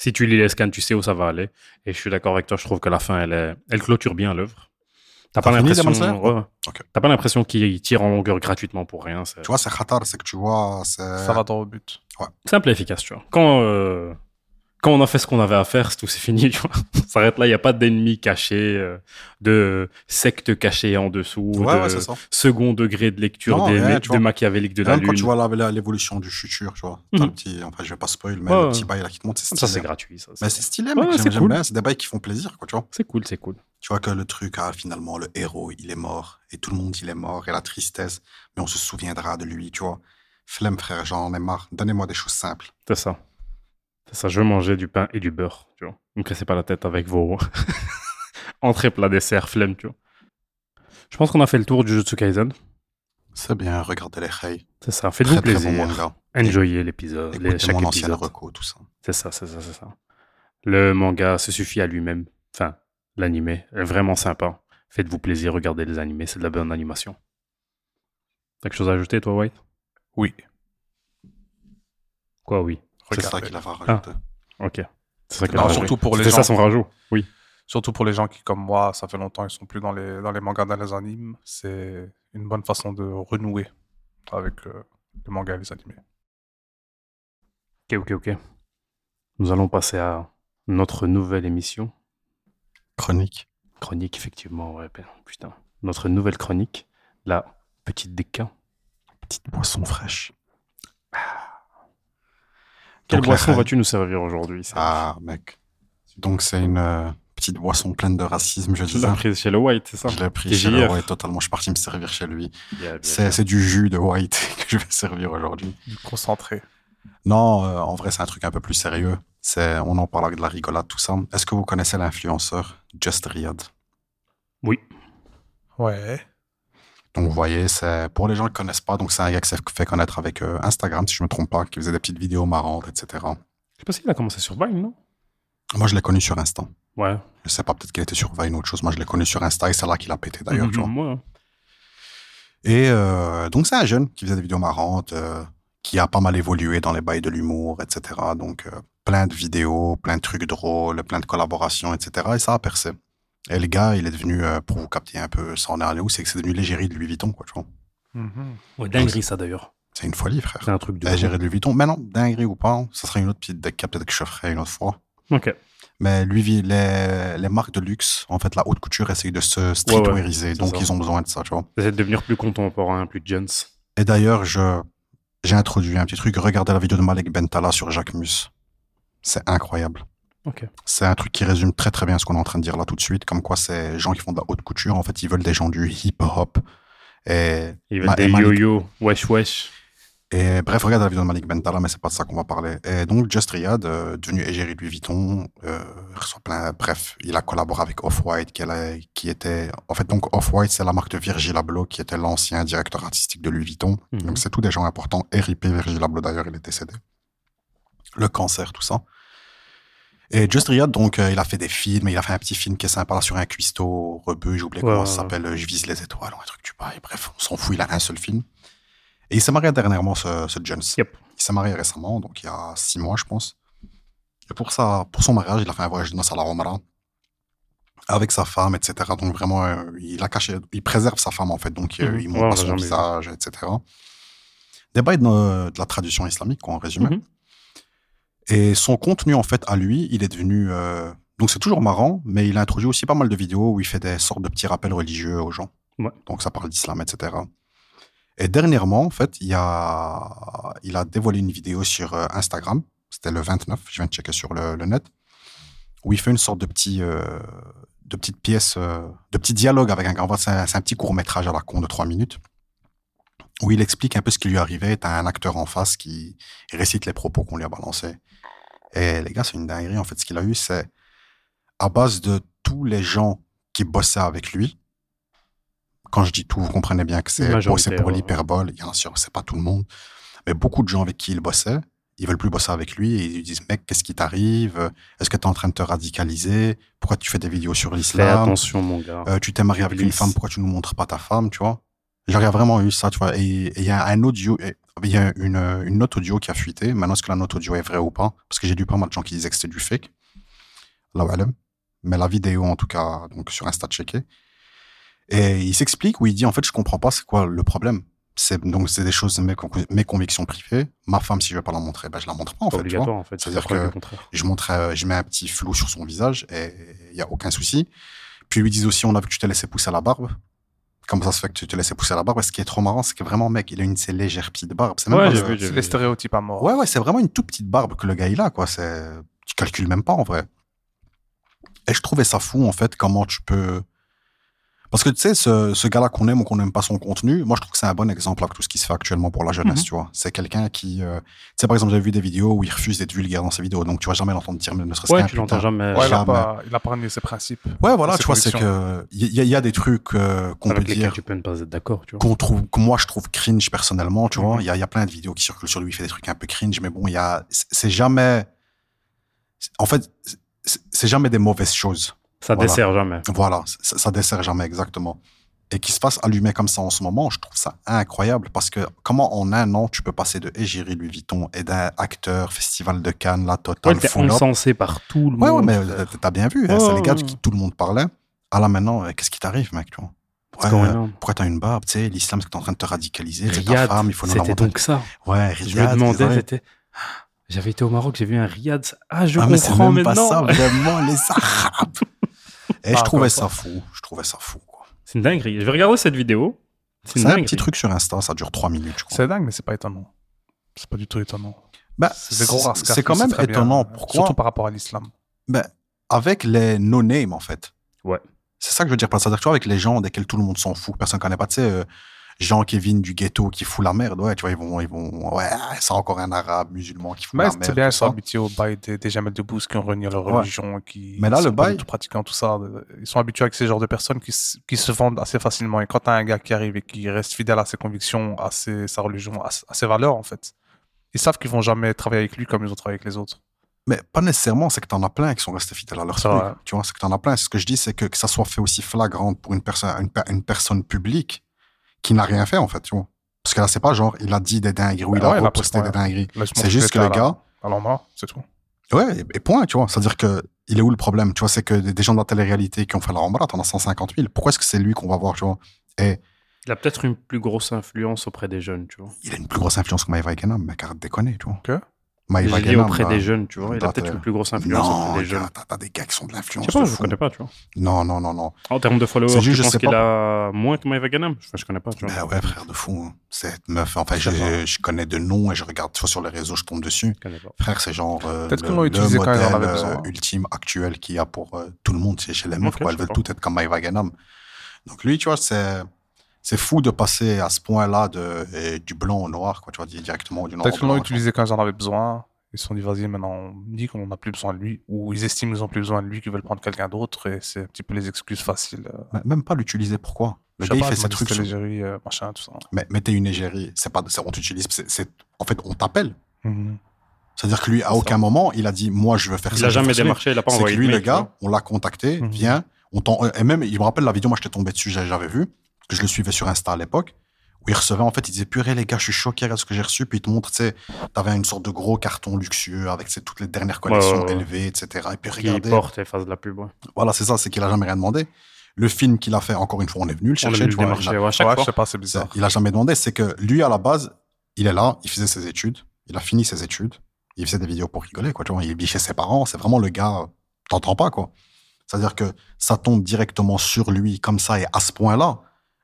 Si tu lis les scans, tu sais où ça va aller. Et je suis d'accord avec toi, je trouve que la fin, elle, est- elle clôture bien l'œuvre. T'as
T'as
pas
fini
l'impression
Demon Slayer
ouais, ouais.
Ok.
T'as pas l'impression qu'il tire en longueur gratuitement pour rien. C'est
Tu vois, c'est khatar, c'est que tu vois. c'est-
Euh,
Ça va droit au but.
simple et efficace, tu vois. Quand, euh, quand on a fait ce qu'on avait à faire, c'est tout, c'est fini, tu vois. On s'arrête là, il n'y a pas d'ennemis cachés, euh, de sectes cachées en dessous,
Ouais,
de
ouais, c'est ça.
second degré de lecture
Non,
des,
rien,
ma-
tu
de
vois.
machiavélique de la
Même quand
lune.
tu vois la- la- l'évolution du futur, tu vois. T'as
Mhm.
le petit. Enfin, je vais pas spoil, mais
Ouais,
le
ouais.
petit bail là qui te monte, c'est stylé.
ça, c'est gratuit. ça, c'est-
Mais Bah, c'est stylé,
Ouais,
mec.
c'est
J'aime j'aime
cool.
bien. C'est des bails qui font plaisir, quoi, tu vois.
C'est cool, c'est cool.
Tu vois que le truc, ah, finalement, le héros, il est mort, et tout le monde, il est mort, et la tristesse, mais on se souviendra de lui, tu vois. Flemme, frère, j'en ai marre. Donnez-moi des choses simples.
C'est ça. C'est ça, je veux manger du pain et du beurre, tu vois. Ne me cassez pas la tête avec vos entrées, plat, dessert, flemme, tu vois. Je pense qu'on a fait le tour du jeu de Kaisen.
C'est bien, regardez les Rei.
C'est ça, faites-vous plaisir.
manga.
Enjoyez l'épisode, les-
Écoutez
chaque
mon ancienne
épisode.
reco, tout ça.
C'est ça, c'est ça, c'est ça. Le manga se suffit à lui-même. Enfin, l'animé est vraiment sympa. Faites-vous plaisir, regardez les animés, c'est de la bonne animation. T'as quelque chose à ajouter, toi, White
Oui.
Quoi, oui
C'est ça
Regardez.
qu'il
Ah.
avait rajouté.
Ok. C'est ça qu'elle
Non,
a
surtout
rajouté.
pour les
C'était
gens.
ça son rajout. Oui.
Surtout pour les gens qui, comme moi, ça fait longtemps, ils sont plus dans les, dans les mangas, dans les animes. C'est une bonne façon de renouer avec euh, les mangas et les animés.
Ok, ok, ok. Nous allons passer à notre nouvelle émission.
Chronique.
Chronique, effectivement, ouais, ben, putain. Notre nouvelle chronique, la petite déca.
Petite boisson fraîche.
Quelle
Donc, la
boisson
reine.
vas-tu nous servir aujourd'hui Serge
Ah, mec. Donc, c'est une euh, petite boisson pleine de racisme, je
Tu
disais.
l'as prise chez le White, c'est ça
Je l'ai pris
T'es
chez le
JR.
White totalement. Je suis parti me servir chez lui.
Bien, bien,
C'est c'est du jus de White que je vais servir aujourd'hui.
Du concentré.
Non, euh, en vrai, c'est un truc un peu plus sérieux. C'est, on en parle avec de la rigolade, tout ça. Est-ce que vous connaissez l'influenceur Just Riyad
Ouais.
Donc, vous voyez, c'est, pour les gens qui ne connaissent pas, donc c'est un gars qui s'est fait connaître avec euh, Instagram, si je ne me trompe pas, qui faisait des petites vidéos marrantes, etc.
Je sais pas s'il a commencé sur Vine, non
Moi, je l'ai connu sur Insta.
Ouais.
Je sais pas, peut-être qu'il était sur Vine ou autre chose. Moi, je l'ai connu sur Insta et c'est là qu'il a pété d'ailleurs. tu vois.
Mhm, ouais.
Et euh, donc, c'est un jeune qui faisait des vidéos marrantes, euh, qui a pas mal évolué dans les bails de l'humour, etc. Donc, euh, plein de vidéos, plein de trucs drôles, plein de collaborations, etc. Et ça a percé. Et le gars, il est devenu, euh, pour vous capter un peu, ça en est allé où, c'est que c'est devenu l'égérie de Louis Vuitton, quoi, tu vois.
Mhm.
Ouais, dinguerie, ça d'ailleurs.
C'est une folie, frère.
C'est un truc de.
L'égérie de Louis Vuitton. Mais non, dinguerie ou pas, ça serait une autre petite deck peut-être que je ferai une autre fois.
Ok.
Mais lui, vi- les, les marques de luxe, en fait, la haute couture essaye de se
ouais,
streetweariser,
c'est
donc
ça.
ils ont besoin de ça, tu vois.
J'essaie de devenir plus contemporain, plus jeunes.
Et d'ailleurs, je j'ai introduit un petit truc. Regardez la vidéo de Malek Bentala sur Jacques Mus. C'est incroyable.
Ok.
C'est un truc qui résume très très bien ce qu'on est en train de dire là tout de suite, comme quoi ces gens qui font de la haute couture, en fait, ils veulent des gens du hip-hop. Et,
Il va
Ma-
des
Malik-
yo-yo, wesh wesh.
et bref, regardez la vidéo de Malik Bentala, mais c'est pas de ça qu'on va parler. Et donc, Just Riyad, euh, devenu égérie de Louis Vuitton, euh, reçoit plein. Bref, il a collaboré avec Off-White, qui, est la- qui était. En fait, donc, Off-White, c'est la marque de Virgil Abloh, qui était l'ancien directeur artistique de Louis Vuitton.
Mhm.
Donc, c'est tous des gens importants. RIP Virgil Abloh, d'ailleurs, il est décédé. Le cancer, tout ça. Et Just Riyad, donc, euh, il a fait des films, il a fait un petit film qui est sympa là, sur un cuistot rebeu, j'ai oublié
Ouais,
comment
ouais,
ça
ouais.
s'appelle, euh, Je vise les étoiles, ou un truc du bail. Bref, on s'en fout, il a un seul film. Et il s'est marié dernièrement, ce, ce Jones.
Yep.
Il s'est marié récemment, donc il y a six mois, je pense. Et pour, ça, pour son mariage, il a fait un voyage de noces à la Romara avec sa femme, etc. Donc vraiment, euh, il a caché, il préserve sa femme en fait, donc euh,
Mhm.
il
Ouais,
montre pas
on l'a
son
jamais vu.
visage, etc. Des bails de, euh, de la tradition islamique, quoi, en résumé.
Mhm.
Et son contenu en fait à lui, il est devenu euh, donc c'est toujours marrant, mais il a introduit aussi pas mal de vidéos où il fait des sortes de petits rappels religieux aux gens.
Ouais.
Donc ça parle d'islam, etc. Et dernièrement, en fait, il, y a, il a dévoilé une vidéo sur euh, Instagram. C'était le 29, je viens de checker sur le, le net, où il fait une sorte de petit, euh, de petite pièce, euh, de petit dialogue avec un grand C'est un, c'est un petit court métrage à la con de trois minutes, où il explique un peu ce qui lui arrivait. T'as un acteur en face qui récite les propos qu'on lui a balancés. Et les gars, c'est une dinguerie. En fait, ce qu'il a eu, c'est à base de tous les gens qui bossaient avec lui. Quand je dis tout, vous comprenez bien que c'est
Majoritaire,
bosser pour
ouais.
l'hyperbole. Bien sûr, c'est pas tout le monde. Mais beaucoup de gens avec qui il bossait, ils veulent plus bosser avec lui et ils lui disent mec qu'est-ce qui t'arrive Est-ce que tu es en train de te radicaliser Pourquoi tu fais des vidéos sur
Fais
l'islam
attention, mon gars.
Euh, Tu t'es marié avec une
Please.
femme, pourquoi tu nous montres pas ta femme, tu vois J'aurais vraiment eu ça, tu vois. Et et il y a un audio, et- il y a une, euh, une note audio qui a fuité. Maintenant, est-ce que la note audio est vraie ou pas Parce que j'ai lu pas mal de gens qui disaient que c'était du fake. Allahu alam. Mais la vidéo, en tout cas, donc sur Insta checké. Et il s'explique où il dit en fait, je comprends pas c'est quoi le problème. C'est donc c'est des choses mes, con- mes convictions privées. Ma femme, si je veux pas la montrer, ben je la montre pas en
C'est
fait. Tu vois
obligatoire, en fait. C'est
C'est-à-dire
pourquoi
que-
le contraire.
je montre, euh, je mets un petit flou sur son visage et il n'y a aucun souci. Puis ils lui disent aussi, on a vu que tu t'es laissé pousser la barbe. Comment ça se fait que tu t'es laissé pousser la barbe Ce qui est trop marrant, c'est que vraiment, mec, il a une de ces légères petites barbes. C'est même
Ouais,
pas
j'ai
le-
vu, j'ai
Euh, C'est
vu.
les stéréotypes à mort.
Ouais, ouais, c'est vraiment une toute petite barbe que le gars il a, quoi. C'est... Tu calcules même pas, en vrai. Et je trouvais ça fou, en fait, comment tu peux. Parce que tu sais, ce, ce gars-là qu'on aime ou qu'on n'aime pas son contenu, moi je trouve que c'est un bon exemple avec tout ce qui se fait actuellement pour la
Mhm.
jeunesse, tu vois. C'est quelqu'un qui. euh, Tu sais, par exemple, j'ai vu des vidéos où il refuse d'être vulgaire dans ses vidéos, donc tu vas jamais l'entendre dire, ne serait-ce
Ouais,
qu'un
tu l'entends
putain.
jamais.
Ouais, il a
jamais.
pas, il a pas renié ses principes.
Ouais, voilà,
Ses
tu vois, c'est
convictions.
que. Il y, a- y a des trucs euh, qu'on peut
Avec lesquels
dire
tu peux ne pas être d'accord, tu vois.
qu'on trouve, que moi je trouve cringe personnellement, tu vois.
Mhm.
Il y a, il y a plein de vidéos qui circulent sur lui, il fait des trucs un peu cringe, mais bon, il y a, c'est- c'est jamais, c'est- en fait, c'est- c'est jamais des mauvaises choses.
Ça
Voilà.
dessert jamais.
Voilà, ça, ça dessert jamais exactement. Et qu'il se fasse allumer comme ça en ce moment, je trouve ça incroyable parce que comment en un an tu peux passer de Égérie Louis Vuitton et d'un acteur Festival de Cannes, la
Ouais,
totale,
t'es
full up.
encensé par tout le
Ouais,
monde.
ouais, mais euh, t'as bien vu, hein,
Ouais,
c'est les gars
ouais.
de qui tout le monde parlait. Ah là maintenant, euh, qu'est-ce qui t'arrive, mec, tu vois
C'est
Ouais,
quand
euh,
même
pourquoi t'as une barbe, tu sais, l'islam, c'est que t'es en train de te radicaliser, c'est ta
Riyad,
femme, il faut nous la
c'était
montrer.
donc ça.
Ouais,
Je
Riyad,
me demandais,
désolé.
c'était. J'avais été au Maroc, j'ai vu un Riyad. Ah, je
Ah, mais c'est
comprends
même pas ça,
maintenant.
vraiment, les Arabes. Et je
Ah,
trouvais
comme
hein.
ça fou, je trouvais ça fou, quoi.
C'est une dinguerie. Je vais regarder cette vidéo. C'est
C'est
une
un
dinguerie.
petit truc sur Insta, ça dure 3 minutes, je crois.
C'est dingue, mais c'est pas étonnant. C'est pas du tout étonnant.
Bah,
C'est des gros rascals,
c'est quand
mais
même
très bien.
hein.
étonnant, pourquoi
Surtout par rapport à l'islam.
Ben, avec les no-name, en fait.
Ouais.
C'est ça que je veux dire. C'est-à-dire, que tu vois, avec les gens desquels tout le monde s'en fout, que personne ne connaît pas, tu sais, euh, Jean-Kevin du ghetto qui fout la merde, ouais, tu vois, ils vont, ils vont, ouais, c'est encore un arabe musulman qui fout
Mais
la merde.
Bah, c'est bien, ils
tout
sont
ça.
habitués au bail des, des Jamel Debbouze qui ont renié leur
Ouais.
religion, qui
Mais là,
sont
le
pas
bail-
du tout pratiquants, tout ça. Ils sont habitués avec ces genres de personnes qui, s- qui se vendent assez facilement. Et quand t'as un gars qui arrive et qui reste fidèle à ses convictions, à ses, sa religion, à, s- à ses valeurs, en fait, ils savent qu'ils vont jamais travailler avec lui comme ils ont travaillé avec les autres.
Mais pas nécessairement, c'est que t'en as plein qui sont restés fidèles à leur
C'est
truc.
vrai.
Tu vois, c'est que t'en as plein. Ce que je dis, c'est que, que ça soit fait aussi flagrant pour une personne, une, per- une personne publique qui n'a rien fait, en fait, tu vois. Parce que là, c'est pas genre, il a dit des dingueries ou
Bah
il a
ouais, il a
reposté
posté,
des
ouais.
dingueries.
Laisse-moi
C'est juste
traiter
que le
à la-
gars,
Alors moi, c'est tout.
Ouais, et- et point, tu vois. C'est-à-dire que il est où le problème Tu vois, c'est que des des gens de la télé-réalité qui ont fait la Rambla, t'en as 150 000. Pourquoi est-ce que c'est lui qu'on va voir, tu vois Et
Il a peut-être une plus grosse influence auprès des jeunes, tu vois.
il a une plus grosse influence que Maïva Genam, mec, arrête de déconner, tu vois.
Que
Maïva
J'ai dit
Ghanem,
auprès
bah,
des jeunes, tu vois. Il a
bah,
peut-être
t'as-
une plus grosse influence
Non,
auprès des
gars,
jeunes.
t'as t'as des gars qui sont de
Je
l'influence.
sais pas,
de
je ne
fou.
connais pas, tu vois.
Non, non, non, non.
En termes de followers,
C'est juste,
je
je
pense
sais
qu'il
pas.
a moins que Maïva Ganem. Enfin, je connais pas, tu vois.
Bah ouais, frère de fou. hein. Cette meuf, en fait,
Je sais
je, je connais de nom et je regarde, tu vois, sur les réseaux, je tombe dessus.
Je connais pas.
Frère, c'est genre euh,
Peut-être
le,
qu'on l'a
le
utilisé quand ils en
modèle
avaient besoin,
euh,
hein.
ultime actuel qu'il y a pour euh, tout le monde c'est chez les meufs.
Ok,
quoi.
je
Elles veulent
sais
tout être comme Maïva Ganem. Donc lui, tu vois, c'est c'est fou de passer à ce point-là de et du blanc au noir, quoi. Tu vois, dire directement du noir
Peut-être
au
qu'ils l'ont
blanc. tu vois.
utilisé quand ils en avaient besoin. Ils se sont dit, vas-y, maintenant on dit qu'on n'a plus besoin de lui, ou ils estiment qu'ils n'ont plus besoin de lui, qu'ils veulent prendre quelqu'un d'autre, et c'est un petit peu les excuses faciles. euh,
Mais Même pas l'utiliser. Pourquoi Le
je
gars,
sais
il
pas,
fait
je
ses
me dis,
trucs.
c'est
sur-
l'égérie, euh, machin, tout ça.
Mais mais t'es une égérie. C'est pas. c'est- On t'utilise. c'est- C'est. En fait, on t'appelle. Mhm. C'est-à-dire que lui, à
C'est ça.
aucun moment, il a dit, moi, je veux faire ça.
Il a
je veux
jamais
faire ça.
démarché, il a pas
C'est que
envoyé de
lui, le
mail, tu
gars,
vois.
on l'a contacté,
Mhm.
viens, on t'en- euh, et même, il me rappelle la vidéo, moi j'étais tombé dessus, j'a- j'avais vu, que je le suivais sur Insta à l'époque, où il recevait, en fait, il disait, purée les gars, je suis choqué, regarde ce que j'ai reçu, puis il te montre, tu sais, t'avais une sorte de gros carton luxueux avec tu sais, toutes les dernières collections
ouais, ouais.
élevées, etc. Et puis
Qui
regardez,
porte et fasse de la pub, ouais.
voilà, c'est ça, c'est qu'il a jamais rien demandé. Le film qu'il a fait, encore une fois, on est venu le
On a
chercher,
mis
tu
le
vois,
démarché,
il a-
ouais, à chaque
ouais, je
fois.
sais pas, c'est
c'est-
bizarre.
il a jamais demandé, c'est que lui, à la base, il est là, il faisait ses études, il a fini ses études, il faisait des vidéos pour rigoler, quoi, tu vois, il vit chez ses parents, c'est vraiment le gars, euh, t'entends pas, quoi. C'est-à-dire que ça tombe directement sur lui, comme ça, et à ce point-là,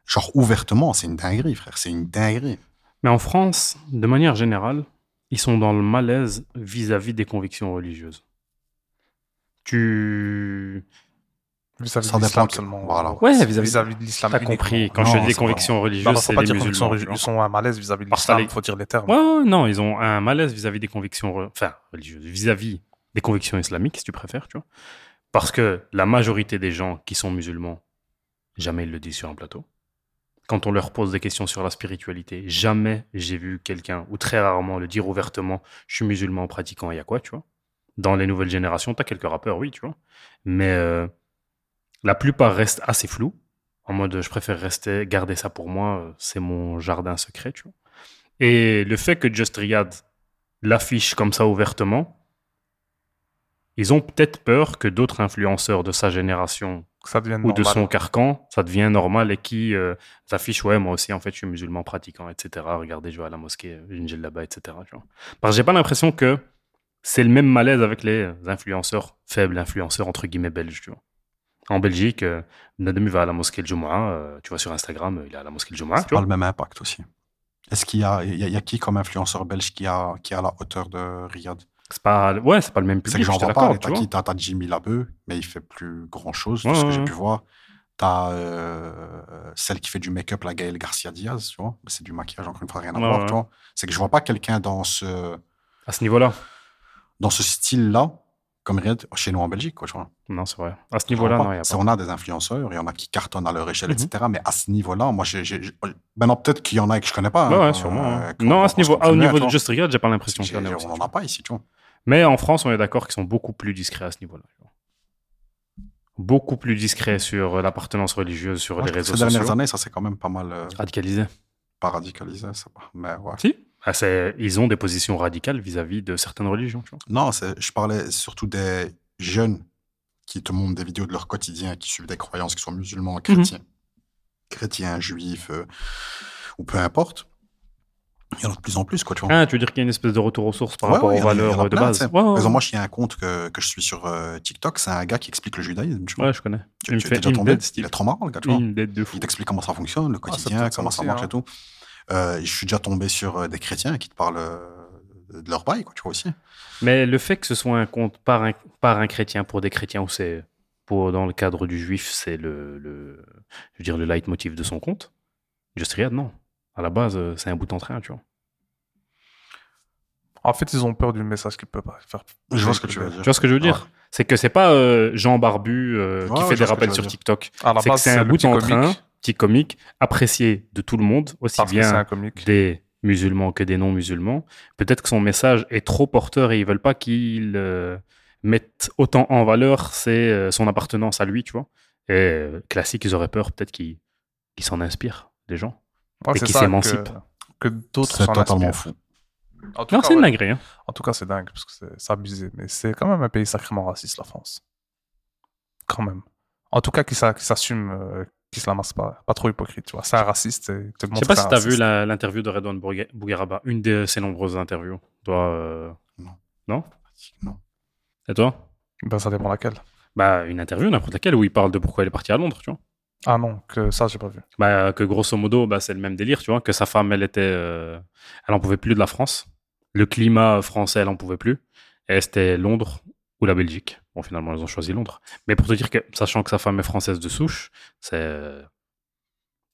genre ouvertement, c'est une dinguerie, frère, c'est une dinguerie.
Mais en France, de manière générale, ils sont dans le malaise vis-à-vis des convictions religieuses. Tu
Vis-à-vis
ça
de l'islam
dépend que-
seulement. Euh,
voilà.
Ouais, vis-à-vis-
de l'islam.
as
uniquement.
compris. Quand
Non,
je te dis
c'est
convictions
Non,
religieuses,
non, Bah, faut
c'est
pas
les
dire qu'ils sont,
musulmans. tu
ils
vois.
sont à malaise vis-à-vis de
Parce que ça
l'islam,
les-
faut dire les termes.
Ouais, ouais, non, ils ont un malaise vis-à-vis des convictions, re- enfin, religieuses, vis-à-vis des convictions islamiques, si tu préfères, tu vois. Parce que la majorité des gens qui sont musulmans, jamais ils le disent sur un plateau. quand on leur pose des questions sur la spiritualité, jamais j'ai vu quelqu'un, ou très rarement, le dire ouvertement je suis musulman pratiquant, il y a quoi, tu vois Dans les nouvelles générations, tu as quelques rappeurs, oui, tu vois. Mais euh, la plupart restent assez flous, en mode je préfère rester, garder ça pour moi, euh, c'est mon jardin secret, tu vois. Et le fait que Just Riyad l'affiche comme ça ouvertement, ils ont peut-être peur que d'autres influenceurs de sa génération
que ça devienne
ou de
normal.
son carcan, ça devient normal et qui euh, s'affiche, ouais, moi aussi, en fait, je suis musulman pratiquant, etc. Regardez, je vais à la mosquée, j'ai une là-bas, etc. tu vois. Parce que j'ai pas l'impression que c'est le même malaise avec les influenceurs faibles, influenceurs entre guillemets belges, tu vois. En Belgique, euh, Nademi va à la mosquée le Jumu'ah, euh, tu vois sur Instagram, euh, il est à la mosquée le Jumu'ah,
C'est
tu
pas
vois.
le même impact aussi. Est-ce qu'il y a, il y a, il y a qui comme influenceur belge qui a, qui a la hauteur de Riyad
C'est pas, ouais, c'est pas le même
C'est que
public, je
j'en
te
vois pas.
l'accorde,
mais
tu
T'as
vois.
qui T'as t'as Jimmy Labeu, mais il fait plus grand chose de
Ouais,
ce que
ouais,
j'ai
ouais.
pu voir. T'as euh, celle qui fait du make-up, la Gaëlle Garcia Diaz, tu vois. Bah, C'est du maquillage, encore une fois, rien à
Ouais,
voir,
ouais.
tu vois. C'est que je vois pas quelqu'un dans ce,
À ce niveau-là,
dans ce style-là, comme Riyad, chez nous en Belgique, quoi, tu vois.
non, c'est vrai. À ce
Je vois
niveau-là,
pas.
non, il y a
Ah, C'est-
pas.
On a des influenceurs, il y en a qui cartonnent à leur échelle,
Mhm.
etc. Mais à ce niveau-là, moi, j'ai, j'ai- j'ai- maintenant, peut-être qu'il y en a que je connais pas.
Ouais,
hein,
ouais, sûrement. hein.
euh, qu'on-
Non, à ce
qu'on se
niveau, ah, au
continue,
niveau
tu
de
vois.
Just Riyad, j'ai pas
C'est
l'impression
que
qu'il y en ait
j'ai-
aussi,
On
tu
n'en a pas ici, tu vois.
Mais en France, on est d'accord qu'ils sont beaucoup plus discrets à ce niveau-là. tu vois. Beaucoup plus discrets sur euh, l'appartenance religieuse, sur
Moi,
les
je trouve que
réseaux
ces dernières
sociaux.
années, ça s'est quand même pas mal euh,
Radicalisés.
pas radicalisé. ça va. Mais ouais.
Si. Ah, c'est- ils ont des positions radicales vis-à-vis de certaines religions. Tu vois.
Non, c'est- je parlais surtout des jeunes qui te montrent des vidéos de leur quotidien, qui suivent des croyances, qui sont
Mmh
musulmans, chrétiens, chrétiens, juifs, euh, ou peu importe. Il y en a de plus en plus, quoi, tu vois.
Ah, tu veux dire qu'il y a une espèce de retour aux sources par
Oh. Ouais,
rapport
ouais,
aux
il y en a- il y en a
valeurs euh, de
plein,
base
tu sais.
Ouais, ouais,
Par exemple, moi, il y a un compte que, que je suis sur euh, TikTok, c'est un gars qui explique le judaïsme, tu vois.
ouais, je connais.
tu,
il me
tu-
fait
t'es déjà
une
tombé,
dette, ce
il est
type.
trop marrant, le gars, tu vois.
Une dette de fou.
Oh. Il t'explique comment ça fonctionne, le quotidien,
peut-être Ah, ça
comment ça
aussi,
marche
hein.
et tout. Euh, je suis déjà tombé sur euh, des chrétiens qui te parlent euh, de leur bail, quoi, tu vois aussi.
Mais le fait que ce soit un compte par un, par un chrétien pour des chrétiens ou c'est pour dans le cadre du juif, c'est le, le je veux dire le leitmotiv de son compte. Just Riyad, non. À la base, euh, c'est un bout en train, tu vois.
En fait, ils ont peur du message qu'ils peuvent pas faire.
Je vois ce que tu veux dire.
Tu vois ce que je veux dire Ah. C'est que c'est pas euh, Jean Barbu euh,
Ouais,
qui
ouais,
fait des
je vois ce que tu
rappels
veux
sur
dire.
TikTok.
À la
C'est que
base,
c'est un
le
bout
petit
en
comique,
train, petit comique, apprécié de tout le monde, aussi
Parce que c'est
bien
un comique.
des musulmans que des non-musulmans. Peut-être que son message est trop porteur et ils veulent pas qu'il euh, mette autant en valeur ses, euh, son appartenance à lui, tu vois. Et euh, classique, ils auraient peur peut-être qu'ils qu'ils s'en inspirent, des gens.
Ouais,
et
c'est
qui
ça,
s'émancipe.
Que, que d'autres
C'est
s'en
totalement
inspirent.
fou.
En tout
Non,
cas,
c'est une
Ah ouais.
dinguerie. hein.
En tout cas, c'est dingue parce que c'est- c'est abusé. Mais c'est quand même un pays sacrément raciste, la France. Quand même. En tout cas, qui s'a- qui s'assume, euh, qui se la masse pas. Pas trop hypocrite, tu vois. C'est un raciste. et te
Je
montre
sais pas
que
si
c'est
tu as
un
vu
raciste.
la- l'interview de Redouane Bourga- Bougueraba, une de ses nombreuses interviews. Toi, euh,
Non.
et toi
Ben, ça dépend laquelle.
bah, Une interview, n'importe laquelle, où il parle de pourquoi il est parti à Londres, tu vois.
Ah non, que ça, j'ai pas vu.
Bah, que grosso modo, bah, c'est le même délire, tu vois, que sa femme, elle était. euh, elle en pouvait plus de la France. Le climat français, elle en pouvait plus. Et c'était Londres ou la Belgique. Bon, finalement, ils ont choisi Londres. Mais pour te dire que, sachant que sa femme est française de souche, c'est. euh,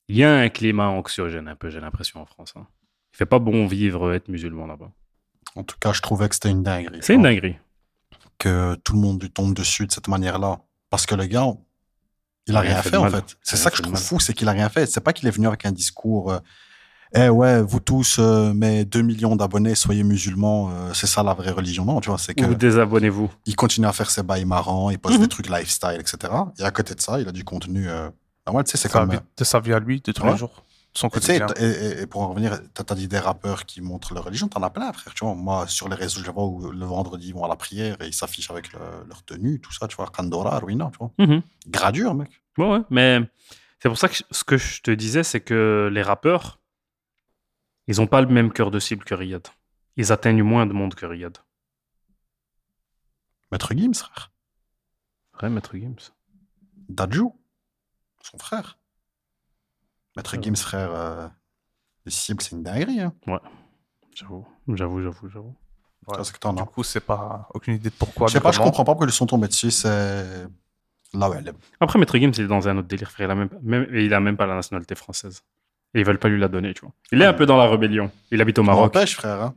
Il y a un climat anxiogène, un peu, j'ai l'impression, en France. hein. Il fait pas bon vivre, euh, être musulman là-bas.
En tout cas, je trouvais que c'était une dinguerie.
C'est
tu
une
vois,
dinguerie.
Que tout le monde lui tombe dessus de cette manière-là. Parce que le gars, il a rien, fait,
de
en
mal.
fait. C'est
Il a
ça que
fait
je
de
trouve
mal.
fou, c'est qu'il a rien fait. C'est pas qu'il est venu avec un discours. euh, eh ouais, vous tous, euh, mes 2 millions d'abonnés, soyez musulmans, euh, c'est ça la vraie religion. Non, tu vois, c'est que
Ou désabonnez-vous.
il continue à faire ses bails marrants, il poste
Mhm.
des trucs lifestyle, etc. Et à côté de ça, il a du contenu. Euh, normal, tu sais, c'est
Ça
comme.
vit- De sa vie à lui, de tous
Ouais.
les jours. de Son
Et, tu sais,
quotidien.
et, et- et pour en revenir, t'as t'as dit des rappeurs qui montrent leur religion, t'en as plein, frère. Tu vois, moi, sur les réseaux, je vois où le vendredi, ils vont à la prière et ils s'affichent avec le- leur tenue, tout ça, tu vois. Kandora, Ruina, tu vois.
Mhm.
Gradure, mec.
Ouais, ouais, mais c'est pour ça que je- ce que je te disais, c'est que les rappeurs, ils ont pas le même cœur de cible que Riyad. Ils atteignent moins de monde que Riyad.
Maître Gims, frère.
Ouais, Maître Gims.
Dadju, son frère. Maître
Ouais.
Gims, frère, euh, les cibles, c'est une dinguerie, hein.
J'avoue, j'avoue, j'avoue, j'avoue.
Ouais.
Parce que t'en
Du
as.
coup, c'est pas aucune idée de pourquoi.
Je sais
ni
pas, je
comment.
comprends pas pourquoi ils sont tombés dessus, c'est. Là, ouais, les-
Après, Maître Gims, il est dans un autre délire, frère. Il a même, même- et il a même pas la nationalité française. Et ils veulent pas lui la donner, tu vois. Il est un peu dans la rébellion. Il habite au Maroc.
N'empêche, frère, hein.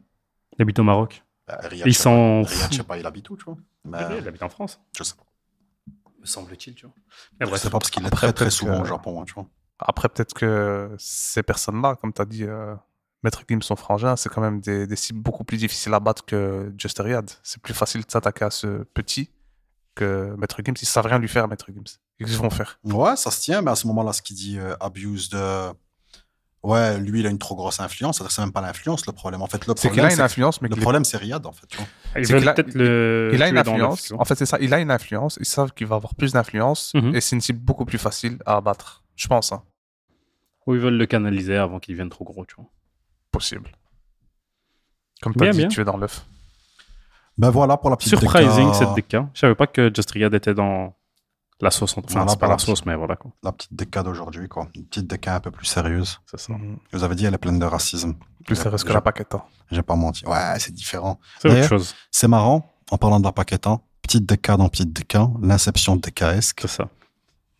Il habite au Maroc.
Bah, Riyad,
Il
je sais pas.
s'en
Riyad, je
fout.
sais pas, il habite où, tu vois. Mais,
Il habite en France,
je sais pas.
me semble-t-il, tu vois. Mais
Je
bref.
sais pas, parce qu'il est
Après,
très, très
peut-être
souvent
que-
au Japon, hein, tu vois.
Après, peut-être que ces personnes-là, comme tu as dit, euh, Maître Glim, son frangin, c'est quand même des, des cibles beaucoup plus difficiles à battre que Just Riad. C'est plus facile de s'attaquer à ce petit que Maître Gims. Ils savent rien lui faire, Maître Gims. Ils vont faire.
Ouais, ça se tient, mais à ce moment-là, ce qu'il dit, euh, abuse de. Ouais, lui, il a une trop grosse influence. C'est-à-dire que C'est même pas l'influence le problème. En fait, le
C'est qu'il a
problème,
une
c'est
influence, mais
le
qu'il est-
problème, c'est Riyad, en fait. tu vois.
Ils
C'est
veulent
qu'il a-
peut-être le.
il a une
tuer dans la
influence.
fusion.
En fait, c'est ça. Il a une influence. Ils savent qu'il va avoir plus d'influence
Mhm.
et c'est une cible beaucoup plus facile à abattre. Je pense. Hein.
Ou ils veulent le canaliser avant qu'il devienne trop gros, tu vois.
Possible. Comme
Bien,
t'as dit,
bien.
tu es dans l'œuf.
Ben voilà pour la petite
Surprising
déca-
cette DK. Je savais pas que Just Riad était dans la sauce. Enfin,
Voilà,
c'est pas la
pardon.
sauce, mais voilà quoi.
la petite déca d'aujourd'hui, quoi. Une petite déca un peu plus sérieuse.
C'est ça.
Je vous avais dit, elle est pleine de racisme.
Plus
Je-
sérieux que
je-
Mhm. la paquette. hein.
J'ai pas menti. Ouais, c'est différent.
C'est autre
D'ailleurs-
chose.
C'est marrant, en parlant de la paquetin, petite déca dans petite déca, l'inception décaesque.
C'est ça.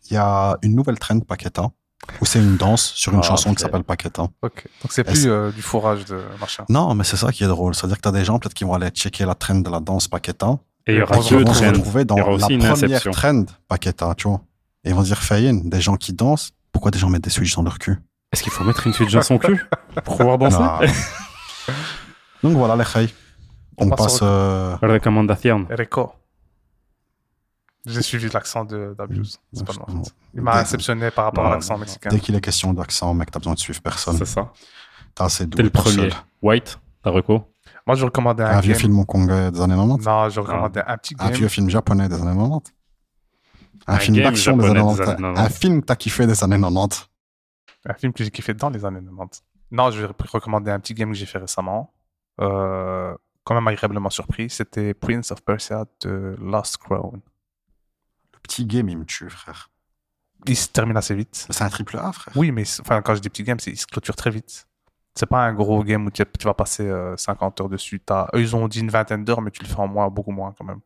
Il y a une nouvelle trend paquetin, où c'est une danse sur une
Ah,
chanson qui
frère.
s'appelle paquetin.
Ok. Donc c'est
Est-ce-
plus euh, du fourrage de machin.
Non, mais c'est ça qui est drôle. C'est-à-dire que t'as des gens peut-être qui vont aller checker la trend de la danse paquetin.
Et il y
Et
aura
on
Ils
deux
vont se
traînes.
retrouver dans
Il y aura
la
aussi une
première
inception.
trend paquetin, tu vois. Et ils vont dire, Fayin, des gens qui dansent, pourquoi des gens mettent des switches dans leur cul
Est-ce qu'il faut mettre une suite dans son cul pour pouvoir danser
Non. euh, Donc voilà, les reilles. On,
On passe
passe.
au-
euh,
Recommandation.
Rico. J'ai suivi l'accent de- d'Abuse. C'est pas
je- Ah,
mort.
non.
Il m'a
Dès-
réceptionné par rapport
Non,
à l'accent
non, non.
mexicain.
Dès qu'il est question d'accent, mec, t'as besoin de suivre personne.
C'est ça.
T'as assez de
T'es le premier. White, ta reco.
Moi, je recommandais un,
Un Ah, vieux
game.
film hongkongais des années 90.
Non, je recommandais un petit
Un
game.
Ah, vieux film japonais des années 90. Un,
Un
film
game
d'action des années
japonais
90.
des années 90.
Un film que t'as kiffé des années 90.
Un film que j'ai kiffé dans les années 90. Non, je vais recommander un petit game que j'ai fait récemment. Euh, quand même agréablement surpris. C'était Prince of Persia de Lost Crown.
Le petit game, il me tue, frère.
Il se termine assez vite.
C'est un triple A, frère.
Oui, mais c'est- enfin, quand je dis petit game, c'est il se clôture très vite. C'est pas un gros game où tu, tu vas passer euh, 50 heures dessus. T'as- eux, ils ont dit une vingtaine d'heures, mais tu le fais en moins, beaucoup moins quand même.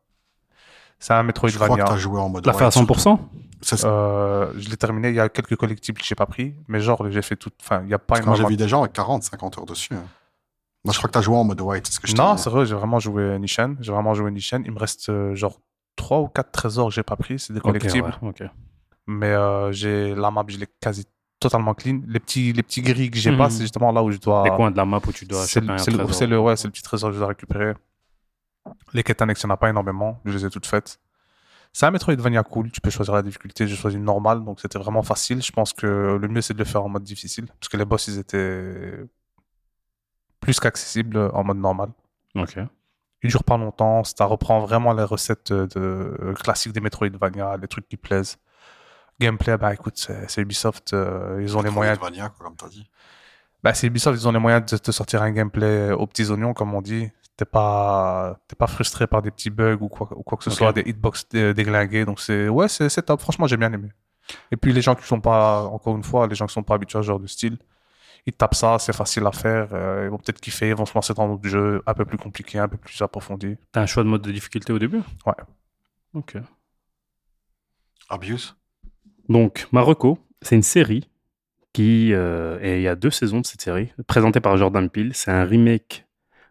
C'est un
je crois que t'as
Metroidvania.
joué en mode.
T'as fait à
wild, surtout.
100%
C'est ça.
Euh, je l'ai terminé. Il y a quelques collectibles que j'ai pas pris, mais genre, j'ai fait tout. Enfin, il y a pas
Quand j'ai
énormément
vu des gens avec 40, 50 heures dessus. hein. Moi, je crois que t'as joué en mode white. c'est Ce que je
Non,
t'ai dit. hein.
c'est vrai, j'ai vraiment joué Nishan. J'ai vraiment joué Nishan. Il me reste euh, genre 3 ou 4 trésors que j'ai pas pris. C'est des
Ok,
collectibles.
ouais, ok.
Mais euh, j'ai la map, je l'ai quasi totalement clean. Les petits, les petits gris que j'ai pas,
Mhm.
c'est justement là où je dois.
Les coins de la map où tu dois
Ah. C'est
acheter
le,
un
c'est le-
trésor.
c'est le- ouais, c'est le petit trésor que je dois récupérer. Les quêtes annexes, il n'y en a pas énormément. Je les ai toutes faites. C'est un Metroidvania cool. Tu peux choisir la difficulté. J'ai choisi normal, donc c'était vraiment facile. Je pense que le mieux, c'est de le faire en mode difficile. Parce que les boss, ils étaient plus qu'accessibles en mode normal.
Ok.
Il dure pas longtemps. Ça reprend vraiment les recettes euh, de, euh, classiques des Metroidvania, les trucs qui plaisent. Gameplay, bah écoute, c'est c'est Ubisoft, euh, ils ont les moyens.
Metroidvania, quoi, comme t'as dit.
Bah c'est Ubisoft, ils ont les moyens de te sortir un gameplay euh, aux petits oignons, comme on dit. T'es pas, t'es pas frustré par des petits bugs ou quoi, ou quoi que ce
Ok.
soit, des hitbox dé- déglingués. Donc c'est, ouais, c'est c'est top. Franchement, j'ai bien aimé. Et puis les gens qui sont pas, encore une fois, les gens qui sont pas habitués à ce genre de style, ils tapent ça, c'est facile à faire. euh, ils vont peut-être kiffer, ils vont se lancer dans d'autres jeux un peu plus compliqués, un peu plus approfondis.
T'as un choix de mode de difficulté au début
Ouais.
Ok.
Abuse.
Donc, Marocco, c'est une série qui. euh, et il y a deux saisons de cette série, présentée par Jordan Peele. C'est un remake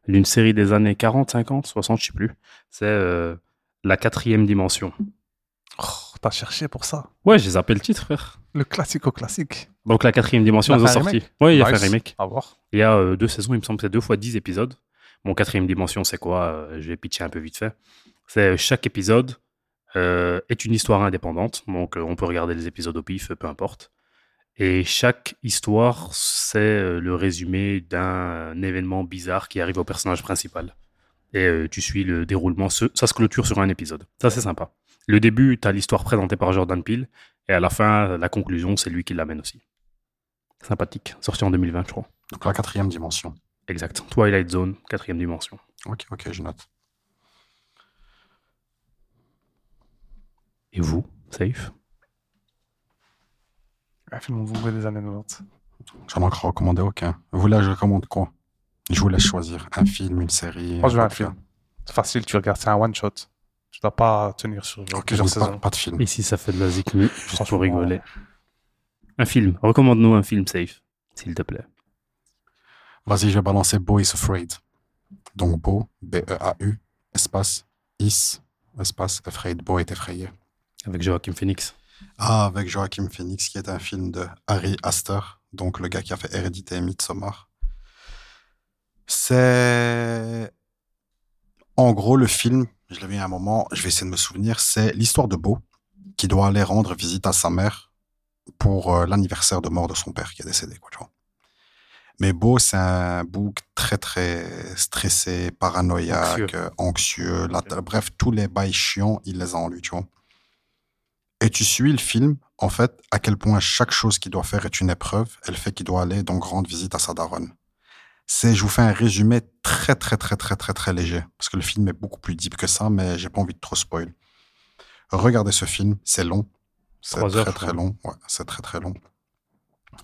d'une série des années 40, 50, 60, je sais plus. C'est euh, La quatrième dimension.
Oh, T'as cherché pour ça.
Ouais, je les appelle le titre, frère.
Le classico classique.
Donc, La quatrième dimension,
Il a
ils ont
fait un
sorti. Ouais, il a
Nice.
fait un remake.
À voir.
Il y a euh, deux saisons, il me semble que c'est deux fois dix épisodes. Mon quatrième dimension, c'est quoi Euh, Je vais pitcher un peu vite fait. C'est euh, chaque épisode euh, est une histoire indépendante, donc euh, on peut regarder les épisodes au pif, peu importe. Et chaque histoire, c'est euh, le résumé d'un euh, événement bizarre qui arrive au personnage principal. Et euh, tu suis le déroulement, Ce- ça se clôture sur un épisode. Ça, c'est sympa. Le début, tu as l'histoire présentée par Jordan Peele, et à la fin, la conclusion, c'est lui qui l'amène aussi. Sympathique, sorti en 2020, je crois.
Donc la quatrième dimension.
Exact. Twilight Zone, quatrième dimension.
Ok, ok, je note.
Et vous, Safe
Un film où vous voulez des années 90.
J'en ai encore recommandé aucun. Vous là, je recommande quoi Je vous laisse choisir un film, une série.
Moi, je veux un
podcast.
film. C'est facile, tu regardes, c'est un one shot. Tu dois pas tenir sur
Ok,
plusieurs
je vous parle
saisons.
pas de film.
Et si ça fait de la zikmi, juste
Franchement.
pour rigoler. Un film. Recommande-nous un film, Safe, s'il te plaît.
Vas-y, je vais balancer Bo is Afraid. Donc Bo, E B-E-A-U, espace, is, espace, afraid. Bo est effrayé.
Avec Joachim Phoenix.
Ah, avec Joachim Phoenix, qui est un film de Harry Astor, donc le gars qui a fait Hérédité et Midsommar. C'est. En gros, le film, je l'ai vu à un moment, je vais essayer de me souvenir, c'est l'histoire de Beau, qui doit aller rendre visite à sa mère pour euh, l'anniversaire de mort de son père qui est décédé, quoi, tu vois. Mais Beau, c'est un bouc très, très stressé, paranoïaque,
Anxieux.
euh, anxieux. la-
Ok.
bref, tous les bails chiants, il les a en lui, tu vois. Et tu suis le film, en fait, à quel point chaque chose qu'il doit faire est une épreuve. Elle fait qu'il doit aller donc rendre visite à sa daronne. C'est, je vous fais un résumé très, très, très, très, très, très léger. Parce que le film est beaucoup plus deep que ça, mais j'ai pas envie de trop spoil. Regardez ce film, c'est long. C'est
Trois
très,
heures, hein. je
très
crois.
long. Ouais, c'est très, très long.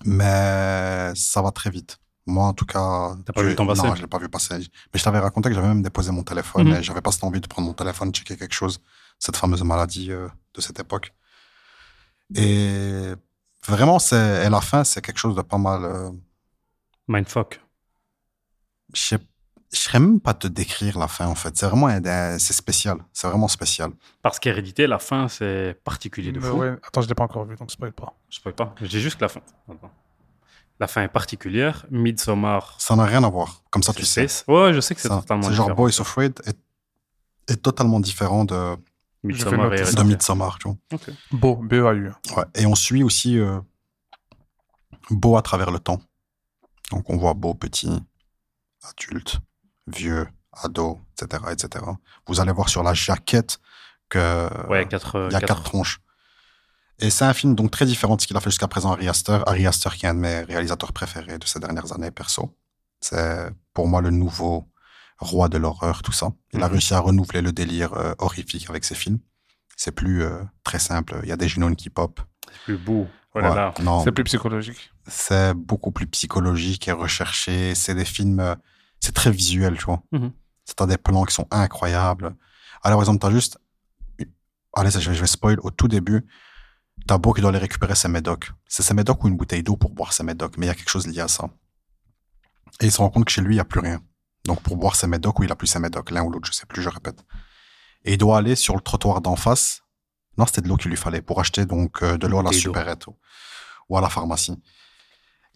Mais ça va très vite. Moi, en tout cas.
T'as pas
je-
vu le temps passer
Non, je l'ai pas vu passer. Mais je t'avais raconté que j'avais même déposé mon téléphone
Mhm.
et j'avais pas cette envie de prendre mon téléphone, checker quelque chose. Cette fameuse maladie euh, de cette époque. Et vraiment, c'est, et la fin, c'est quelque chose de pas mal. euh,
Mindfuck.
je sais- je saurais même pas te décrire la fin, en fait. C'est vraiment un- un- c'est spécial. C'est vraiment spécial.
Parce qu'hérédité, la fin, c'est particulier de
Mais
fou.
Bah ouais, Attends, je l'ai pas encore vu, donc spoil pas.
Je peux pas. J'ai juste la fin. Attends. La fin est particulière. Midsommar.
Ça n'a rien à voir. Comme ça,
c'est
tu sais.
space. Ouais, je sais que c'est
Ça,
totalement
c'est genre
différent.
Boys of Raid est, est totalement différent de,
Midsommar et
Je fais ma
de
Hérédité.
Midsommar, tu vois.
Ok.
Beau, B-E-A-U.
Ouais, Et on suit aussi euh, Beau à travers le temps. Donc on voit Beau petit, adulte, vieux, ado, etc., etc. Vous allez voir sur la jaquette que
Ouais, 4
euh, il y a quatre tronches. Et c'est un film donc très différent de ce qu'il a fait jusqu'à présent, Ari Aster. Ari Aster, qui est un de mes réalisateurs préférés de ces dernières années, perso. C'est pour moi le nouveau roi de l'horreur, tout ça. Il a
Mhm.
réussi à renouveler le délire euh, horrifique avec ses films. C'est plus euh, très simple. Il y a des genones qui pop.
plus beau. Oh là
Voilà.
là.
Non,
C'est plus psychologique.
c'est beaucoup plus psychologique et recherché. C'est des films, euh, c'est très visuel, tu vois.
Mhm.
C'est t'as des plans qui sont incroyables. Alors, par exemple, t'as juste, allez, ça, je je vais spoil au tout début. T'as beau qui doit aller récupérer ses médocs. C'est ses médocs ou une bouteille d'eau pour boire ses médocs, mais il y a quelque chose lié à ça. Et il se rend compte que chez lui, il n'y a plus rien. Donc, pour boire ses médocs ou il a plus ses médocs, l'un ou l'autre, je sais plus, je répète. Et il doit aller sur le trottoir d'en face. Non, c'était de l'eau qu'il lui fallait pour acheter donc euh, de l'eau à la
Bouteille d'eau.
supérette ou- ou à la pharmacie.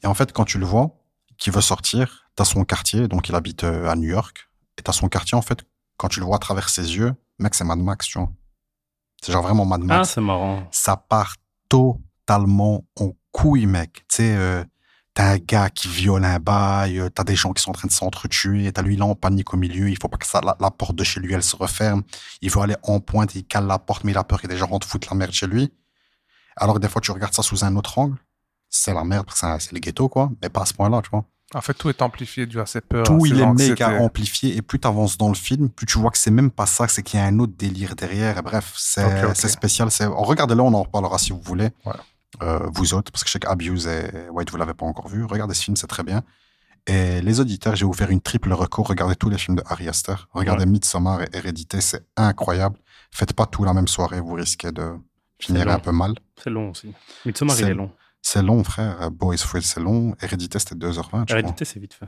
Et en fait, quand tu le vois, qui veut sortir, t'as son quartier, donc il habite euh, à New York, et t'as son quartier, en fait, quand tu le vois à travers ses yeux, mec, c'est Mad Max, tu vois. C'est genre vraiment Mad
Ah,
Max.
c'est marrant.
Ça part totalement en couille, mec. Tu sais, euh, t'as un gars qui viole un bail, euh, t'as des gens qui sont en train de s'entretuer, t'as lui là en panique au milieu, il faut pas que ça, la, la porte de chez lui, elle se referme. Il veut aller en pointe, il cale la porte, mais il a peur que des gens rentrent foutre la merde chez lui. Alors que des fois, tu regardes ça sous un autre angle, c'est la merde, parce que c'est un- c'est le ghetto, quoi, mais pas à ce point-là, tu vois
En fait, tout est amplifié dû à ses peurs. à
tout
ses
il est
anxiétés.
méga amplifié et plus t'avances dans le film, plus tu vois que c'est même pas ça, c'est qu'il y a un autre délire derrière. Et bref, c'est
Ok, ok.
c'est spécial. c'est- Regardez-le, on en reparlera si vous voulez.
Ouais.
Euh, vous autres, parce que je sais qu'Abuse et White, vous l'avez pas encore vu. Regardez ce film, c'est très bien. Et les auditeurs, j'ai ouvert une triple recours. Regardez tous les films de Harry Astor. Regardez Midsommar et Hérédité, c'est incroyable. Faites pas tout la même soirée, vous risquez de finir
long.
un peu mal.
C'est long aussi. Midsommar, il
C'est-
est long.
C'est long, frère. Boys Fruit, c'est long. Hérédité, c'était 2h20. je crois.
Hérédité, c'est vite fait.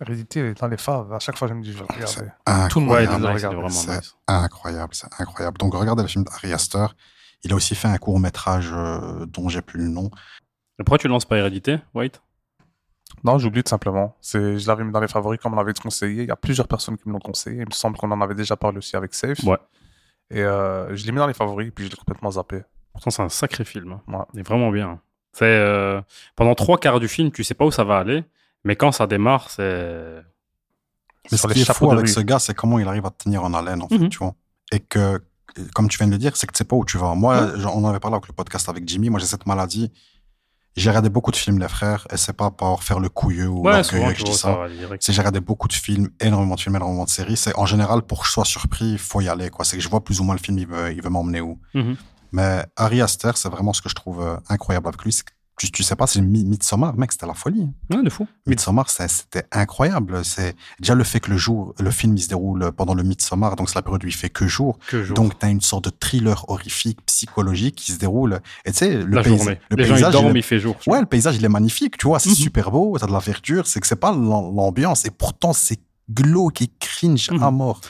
Hérédité, elle est dans les faves. À chaque fois, je me dis, je vais le regarder. Tout le monde
Ouais,
est
Incroyable.
Dead
le
Light, il est
regarder.
vraiment
C'est-
nice.
Incroyable, c'est incroyable. Donc regardez le film d'Harry Astor. Il a aussi fait un court métrage euh, dont j'ai plus le nom.
Mais Pourquoi tu lances pas Hérédité, White
Non, j'oublie tout simplement. C'est, je l'avais mis dans les favoris comme on l'avait conseillé. Il y a plusieurs personnes qui me l'ont conseillé. Il me semble qu'on en avait déjà parlé aussi avec Safe.
Ouais.
Et euh, je l'ai mis dans les favoris, puis je l'ai complètement zappé.
Pourtant, c'est un sacré film. hein.
Ouais.
Il est vraiment bien. C'est euh, pendant trois quarts du film, tu sais pas où ça va aller, mais quand ça démarre, c'est
Mais
Sur
ce
les
qui est
chapeaux
fou
de
avec
rue.
ce gars, c'est comment il arrive à te tenir en haleine, en fait,
Mhm.
tu vois. Et que, comme tu viens de le dire, c'est que tu sais pas où tu vas. Moi, j'en- on en avait parlé avec le podcast avec Jimmy. Moi, j'ai cette maladie. J'ai regardé beaucoup de films, les frères, et c'est pas pour faire le couilleux ou
ouais,
l'orgueilleux
souvent
que
tu
je dis
vois où
ça.
ça va aller direct.
C'est j'ai regardé beaucoup de films, énormément de films, énormément de séries. C'est en général pour que je sois surpris, il faut y aller. quoi. C'est que je vois plus ou moins le film, il veut, il veut m'emmener où.
Mhm.
Mais Harry Aster, c'est vraiment ce que je trouve euh, incroyable avec lui. c'est que Tu, tu sais pas, c'est Mi- Midsommar, mec, c'était la folie. hein.
Ouais, de fou.
Midsommar, ça- c'était incroyable. C'est déjà le fait que le jour, le film il se déroule pendant le Midsommar, donc c'est la période où il fait que jour.
Que jour.
Donc t'as une sorte de thriller horrifique psychologique qui se déroule. Et tu sais, le,
la
pays-
journée.
le
Les gens ils
paysage, il
dorment,
est-
il fait jour.
ouais, le paysage il est magnifique. Tu vois, c'est
hein. Mhm.
super beau, t'as de la verdure. C'est que c'est pas l'am- l'ambiance et pourtant c'est glauque et cringe à
Mhm.
mort.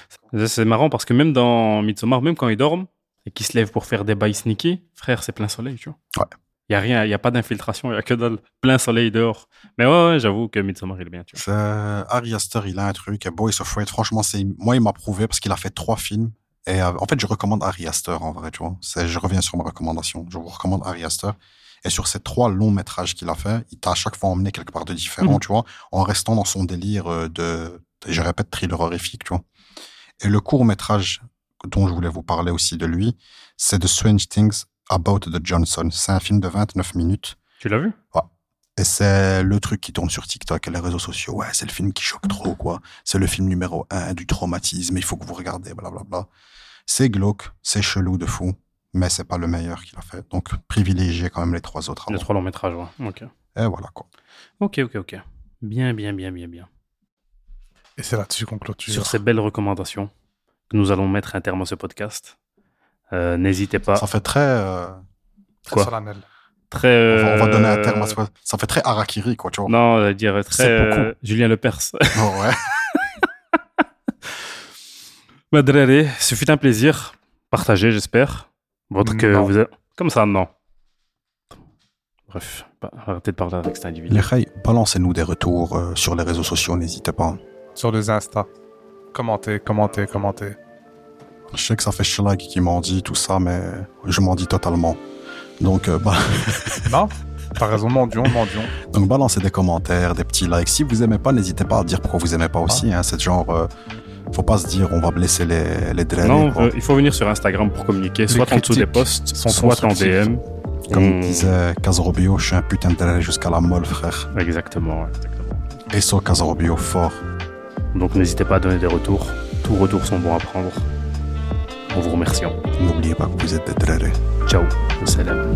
C'est marrant parce que même dans Midsommar, même quand ils dorment, et qui se lèvent pour faire des bails sneaky, frère, c'est plein soleil, tu vois.
Ouais.
Il n'y a rien, il n'y a pas d'infiltration, il n'y a que dalle. Plein soleil dehors. Mais ouais, ouais, j'avoue que Midsommar, il est bien, tu vois.
C'est- Ari Aster, il a un truc. Et Boys of Freight, franchement, c'est moi, il m'a prouvé parce qu'il a fait trois films. Et euh, en fait, je recommande Ari Aster en vrai, tu vois. C'est- Je reviens sur ma recommandation. Je vous recommande Ari Aster. Et sur ces trois longs métrages qu'il a fait, il t'a à chaque fois emmené quelque part de différent,
Mm.
tu vois, en restant dans son délire euh, de, je répète, thriller horrifique, tu vois. Et le court métrage dont je voulais vous parler aussi de lui, c'est The Strange Things About the Johnson. C'est un film de 29 minutes.
Tu l'as vu
Et c'est le truc qui tourne sur TikTok et les réseaux sociaux. Ouais, c'est le film qui choque trop, quoi. C'est le film numéro un du traumatisme. Il faut que vous regardez, blablabla. C'est glauque, c'est chelou de fou, mais c'est pas le meilleur qu'il a fait. Donc, privilégiez quand même les trois autres
Les
avant.
trois longs métrages, ouais. Ok.
Et voilà, quoi.
Ok, ok, ok. Bien, bien, bien, bien, bien.
Et c'est là-dessus qu'on clôture.
Sur ces belles recommandations, que nous allons mettre un terme à ce podcast. Euh, N'hésitez pas.
Ça fait très. euh,
Très
quoi
solennel.
Très,
on va- On va donner un
euh,
terme à ce. Ça fait très harakiri, quoi, tu vois.
Non, euh, dire très
C'est beaucoup.
euh, Julien Lepers.
Oh, ouais.
Madrari, ce fut un plaisir. Partagez, j'espère. Votre que
Non.
vous a- Comme ça, non. Bref, bah, arrêtez de parler avec cet individu.
Les reilles, balancez-nous des retours euh, sur les réseaux sociaux, n'hésitez pas.
Sur les Insta. Commentez, commentez, commentez.
Je sais que ça fait Schlag qui m'en dit tout ça, mais je m'en dis totalement. Donc, euh, bah.
Non T'as raison, mendiant, mendion.
Donc balancez des commentaires, des petits likes. Si vous aimez pas, n'hésitez pas à dire pourquoi vous aimez pas
Ah.
aussi. Hein. C'est de genre, euh, faut pas se dire on va blesser les les drélés,
Non,
quoi.
euh, il faut venir sur Instagram pour communiquer, soit en dessous des
critiques
posts,
sont
soit en
constructives.
DM.
Comme
on-
disait Casarobio, je suis un putain de drélé jusqu'à la molle, frère.
Exactement, ouais, exactement.
Et so Casarobio fort.
Donc n'hésitez pas à donner des retours. Tous retours sont bons à prendre. En vous remerciant.
N'oubliez pas que vous êtes des drélés.
Ciao. Salam.